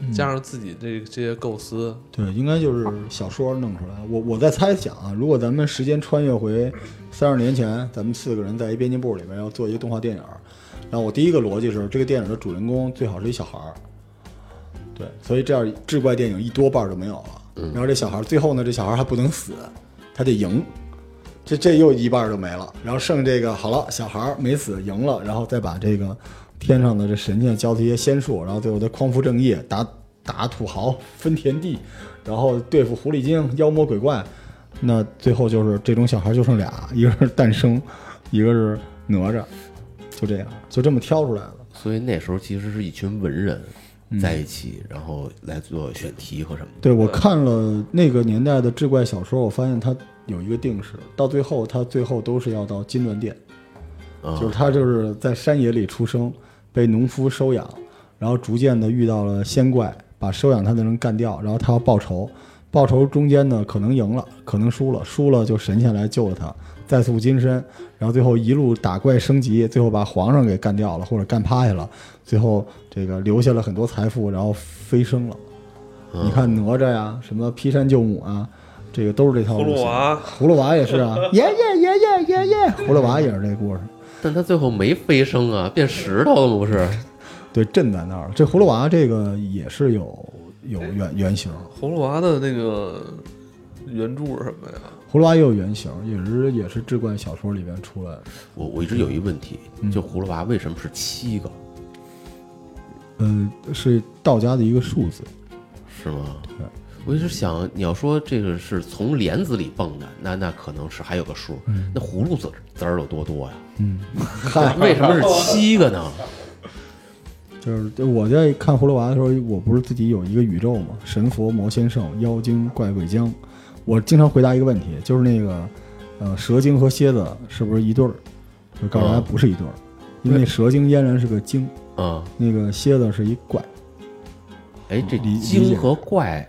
Speaker 4: 嗯
Speaker 1: 加上自己这这些构思？
Speaker 4: 对，应该就是小说弄出来。我我在猜想啊，如果咱们时间穿越回三十年前，咱们四个人在一编辑部里面要做一个动画电影儿，然后我第一个逻辑是，这个电影的主人公最好是一小孩儿。对，所以这样志怪电影一多半儿就没有了。然后这小孩儿最后呢，这小孩儿还不能死，他得赢。这这又一半儿就没了，然后剩这个好了，小孩儿没死赢了，然后再把这个天上的这神仙教他一些仙术，然后最后他匡扶正义，打打土豪，分田地，然后对付狐狸精、妖魔鬼怪，那最后就是这种小孩儿就剩俩，一个是诞生，一个是哪吒，就这样，就这么挑出来了。
Speaker 2: 所以那时候其实是一群文人
Speaker 4: 嗯
Speaker 2: 在一起，然后来做选题和什么的。
Speaker 4: 对我看了那个年代的志怪小说，我发现它有一个定式，到最后它最后都是要到金銮殿。
Speaker 2: 啊
Speaker 4: 就是他就是在山野里出生，被农夫收养，然后逐渐的遇到了仙怪，把收养他的人干掉，然后他要报仇。报仇中间呢，可能赢了，可能输了，输了就神仙来救了他，再塑金身，然后最后一路打怪升级，最后把皇上给干掉了，或者干趴下了，最后这个留下了很多财富，然后飞升了。你看哪吒呀，什么劈山救母啊，这个都是这
Speaker 1: 嗯
Speaker 4: 套
Speaker 1: 葫
Speaker 4: 路
Speaker 1: 芦
Speaker 4: 线。
Speaker 1: 娃，
Speaker 4: 葫芦娃也是啊，爷爷爷爷爷爷，葫芦娃也是这故事。
Speaker 2: 但他最后没飞升啊，变石头了吗？不
Speaker 4: *laughs*
Speaker 2: 是？
Speaker 4: 对，镇在那儿了。这葫芦娃这个也是有有原原型，
Speaker 1: 葫芦娃的那个原著是什么呀？
Speaker 4: 葫芦娃也有原型，也是也是志怪小说里边出来的。
Speaker 2: 我我一直有一问题，就葫芦娃为什么是七个？
Speaker 4: 嗯，是道家的一个数字。
Speaker 2: 是吗？我一直想，你要说这个是从莲子里蹦的，那那可能是还有个数。那葫芦籽儿籽儿有多多
Speaker 4: *laughs*
Speaker 2: 呀？
Speaker 4: 嗯，
Speaker 2: 为什么是七个呢？
Speaker 4: 就是我在看葫芦娃的时候，我不是自己有一个宇宙嘛，神佛魔仙圣妖精怪鬼精。我经常回答一个问题，就是那个，呃，蛇精和蝎子是不是一对儿？就告诉大家
Speaker 2: 哦
Speaker 4: 不是一对儿，因为那蛇精俨然是个精，
Speaker 2: 啊，
Speaker 4: 那个蝎子是一怪。
Speaker 2: 哎，这
Speaker 4: 理理解
Speaker 2: 精和怪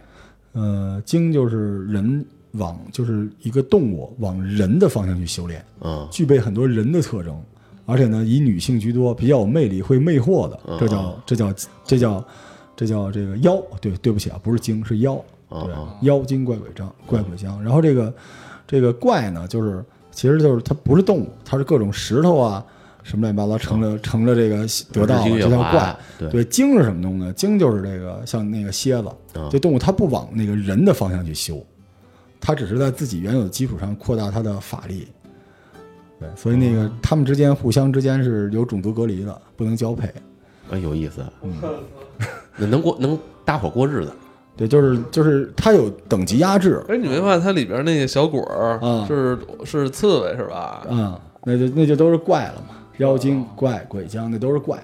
Speaker 4: 呃，精就是人往就是一个动物往人的方向去修炼，
Speaker 2: 啊，
Speaker 4: 具备很多人的特征，而且呢以女性居多，比较有魅力，会魅惑的，
Speaker 2: 啊
Speaker 4: 这叫这叫这叫这叫这个妖。对，对不起啊，不是精
Speaker 2: 啊
Speaker 4: 是妖，对吧，妖精怪鬼张怪鬼将。然后这个这个怪呢，就是其实就是它不是动物，它是各种石头啊什么乱七八糟乘着乘着这个得到
Speaker 2: 日星
Speaker 4: 这
Speaker 2: 月
Speaker 4: 条
Speaker 2: 华啊
Speaker 4: 怪。
Speaker 2: 对
Speaker 4: 对，鲸是什么东西呢？鲸就是这个像那个蝎子，
Speaker 2: 嗯
Speaker 4: 这动物它不往那个人的方向去修，它只是在自己原有的基础上扩大它的法力。对，所以那个它们之间互相之间是有种族隔离的，不能交配。
Speaker 2: 啊，有意思，
Speaker 4: 嗯
Speaker 2: 那能过能搭伙过日子，
Speaker 4: 对，就是就是它有等级压制，
Speaker 1: 哎，你没发现它里边那个小果儿
Speaker 4: 嗯
Speaker 1: 是是刺猬是吧？
Speaker 4: 嗯，那就那就都是怪了嘛，妖精、怪、鬼将，那都是怪，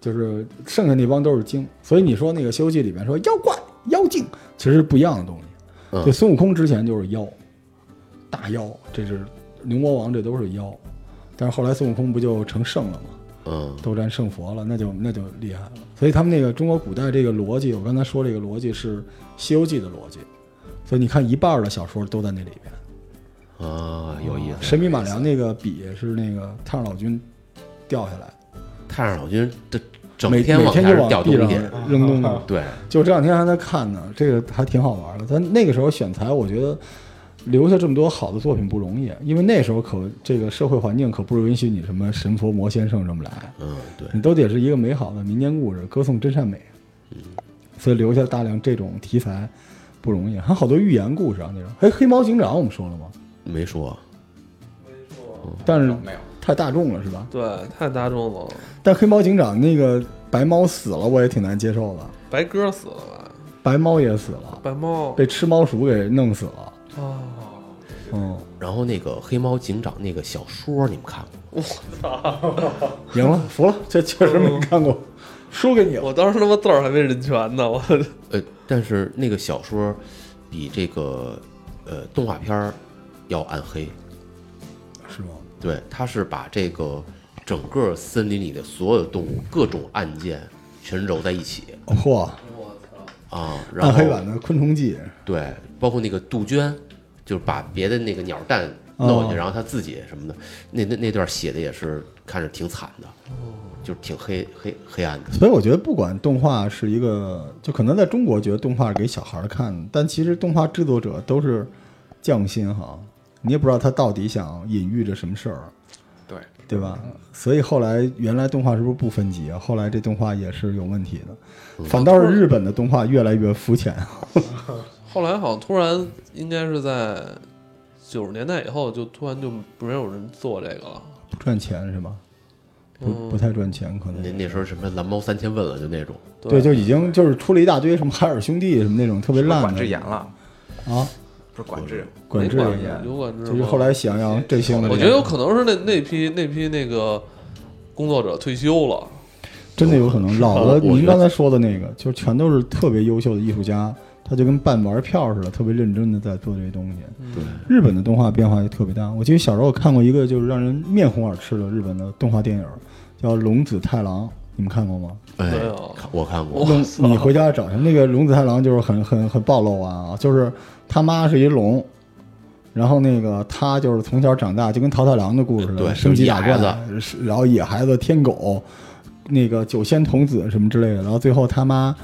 Speaker 4: 就是剩下那帮都是精。所以你说那个《西游记》里面说妖怪、妖精，其实是不一样的东西。
Speaker 2: 嗯
Speaker 4: 就孙悟空之前就是妖，大妖，这是牛魔王，这都是妖。但是后来孙悟空不就成圣了吗？
Speaker 2: 嗯
Speaker 4: 斗战胜佛了，那就那就厉害了。所以他们那个中国古代这个逻辑，我刚才说这个逻辑是《西游记》的逻辑，所以你看一半儿的小说都在那里边。
Speaker 2: 啊，有意思。
Speaker 4: 神笔马良那个笔是那个太上老君掉下来，
Speaker 2: 太上老君这整
Speaker 4: 每
Speaker 2: 天
Speaker 4: 每
Speaker 2: 往
Speaker 4: 天
Speaker 2: 下
Speaker 4: 就往
Speaker 2: 掉东
Speaker 4: 地上
Speaker 2: 西，
Speaker 4: 扔
Speaker 2: *laughs*
Speaker 4: 东西。
Speaker 2: 对，
Speaker 4: 就这两天还在看呢，这个还挺好玩的。但那个时候选材，我觉得留下这么多好的作品不容易，因为那时候可这个社会环境可不允许你什么神佛魔先生这么来，
Speaker 2: 嗯对，
Speaker 4: 你都得是一个美好的民间故事，歌颂真善美。
Speaker 2: 嗯
Speaker 4: 所以留下大量这种题材不容易，还有好多寓言故事啊那种。哎，黑猫警长我们说了吗？
Speaker 2: 没说，
Speaker 4: 但是
Speaker 3: 没有，
Speaker 4: 太大众了是吧？
Speaker 1: 对，太大众了，
Speaker 4: 但黑猫警长那个白猫死了，我也挺难接受的。
Speaker 1: 白鸽死了吧？
Speaker 4: 白猫也死了，
Speaker 1: 白猫
Speaker 4: 被吃猫鼠给弄死了。
Speaker 1: 哦，
Speaker 4: 嗯，
Speaker 2: 然后那个黑猫警长那个小说你们看过吗？
Speaker 4: 赢了，服了，这确实没看过，嗯输给你了。
Speaker 1: 我当时他妈字儿还没认全呢，我
Speaker 2: 呃，但是那个小说比这个呃动画片儿要暗黑，
Speaker 4: 是吗？
Speaker 2: 对，它是把这个整个森林里的所有动物各种案件全揉在一起
Speaker 4: 哦嚯，
Speaker 2: 啊，然
Speaker 4: 暗黑
Speaker 2: 后
Speaker 4: 版的《昆虫记
Speaker 2: 对，包括那个杜鹃，就是把别的那个鸟蛋弄进去，
Speaker 4: 哦
Speaker 2: 然后它自己什么的，那那那段写的也是看着挺惨的，就是挺黑黑黑暗的》，，
Speaker 4: 所以我觉得不管动画是一个，就可能在中国觉得动画是给小孩儿看，但其实动画制作者都是匠心哈，你也不知道他到底想隐喻着什么事儿。
Speaker 3: 对，
Speaker 4: 对吧？所以后来原来动画是不是不分级啊？后来这动画也是有问题的，反倒是日本的动画越来越肤浅。啊
Speaker 1: 后来好像突然应该是在九十年代以后，就突然就没有人做这个了。
Speaker 4: 不赚钱是吧？不不太赚钱，可能
Speaker 2: 那那时候什么蓝猫三千问了，就那种，
Speaker 4: 对，就已经就是出了一大堆什么海尔兄弟什么那种特别
Speaker 3: 是不是
Speaker 4: 烂的
Speaker 3: 管制严了，
Speaker 4: 啊，
Speaker 3: 不是管制，
Speaker 4: 管制
Speaker 1: 没
Speaker 3: 管
Speaker 1: 有管制
Speaker 4: 就是
Speaker 1: 吗
Speaker 4: 后来喜羊羊这些的，
Speaker 1: 我觉得有可能是那那批那批那个工作者退休了，
Speaker 4: 真的有可能。老
Speaker 2: 我
Speaker 4: 的
Speaker 2: 觉得
Speaker 4: 您刚才说的那个，就全都是特别优秀的艺术家，他就跟办玩票似的，特别认真的在做这些东西。
Speaker 2: 对，
Speaker 4: 日本的动画变化也特别大。我记得小时候我看过一个就是让人面红耳赤的日本的动画电影，叫《龙子太郎》，你们看过吗？
Speaker 2: 哎
Speaker 1: 没有，
Speaker 2: 看我看过，
Speaker 4: 龙，你回家找去。那个龙子太郎就是很很很暴露啊，就是他妈是一龙，然后那个他就是从小长大就跟桃太郎的故事似
Speaker 2: 对
Speaker 4: 的，升级
Speaker 2: 野
Speaker 4: 打怪
Speaker 2: 孩子，
Speaker 4: 是然后野孩子、天狗、那个九仙童子什么之类的，然后最后他妈，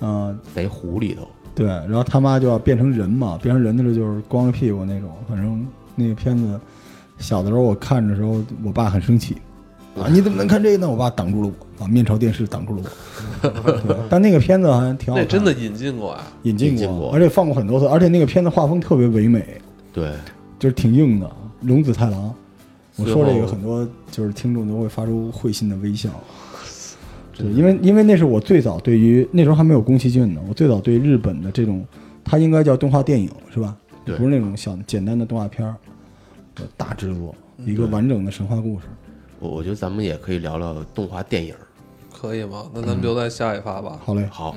Speaker 4: 呃，
Speaker 2: 在湖里头，
Speaker 4: 对，然后他妈就要变成人嘛，变成人的时候就是光着屁股那种，反正那个片子小的时候我看的时候，我爸很生气。啊！你怎么能看这个呢？我爸挡住了我，啊，面朝电视挡住了我。对但那个片子好像挺好
Speaker 1: 那
Speaker 4: 看，
Speaker 1: 真的引进过啊。
Speaker 4: 引进
Speaker 2: 引进过
Speaker 4: 而且放过很多次，而且那个片子画风特别唯美，
Speaker 2: 对，
Speaker 4: 就是挺硬的。龙子太郎，我说这
Speaker 2: 最
Speaker 4: 个
Speaker 2: 后
Speaker 4: 很多就是听众都会发出会心的微笑，对，因为因为那是我最早对于那时候还没有宫崎骏呢，我最早对日本的这种，它应该叫动画电影是吧？
Speaker 2: 对
Speaker 4: 不是那种小简单的动画片儿，呃大制作，
Speaker 2: 嗯
Speaker 4: 一个完整的神话故事。
Speaker 2: 我我觉得咱们也可以聊聊动画电影儿。
Speaker 1: 可以吗？那咱们留在下一发吧。
Speaker 4: 好嘞，
Speaker 2: 好，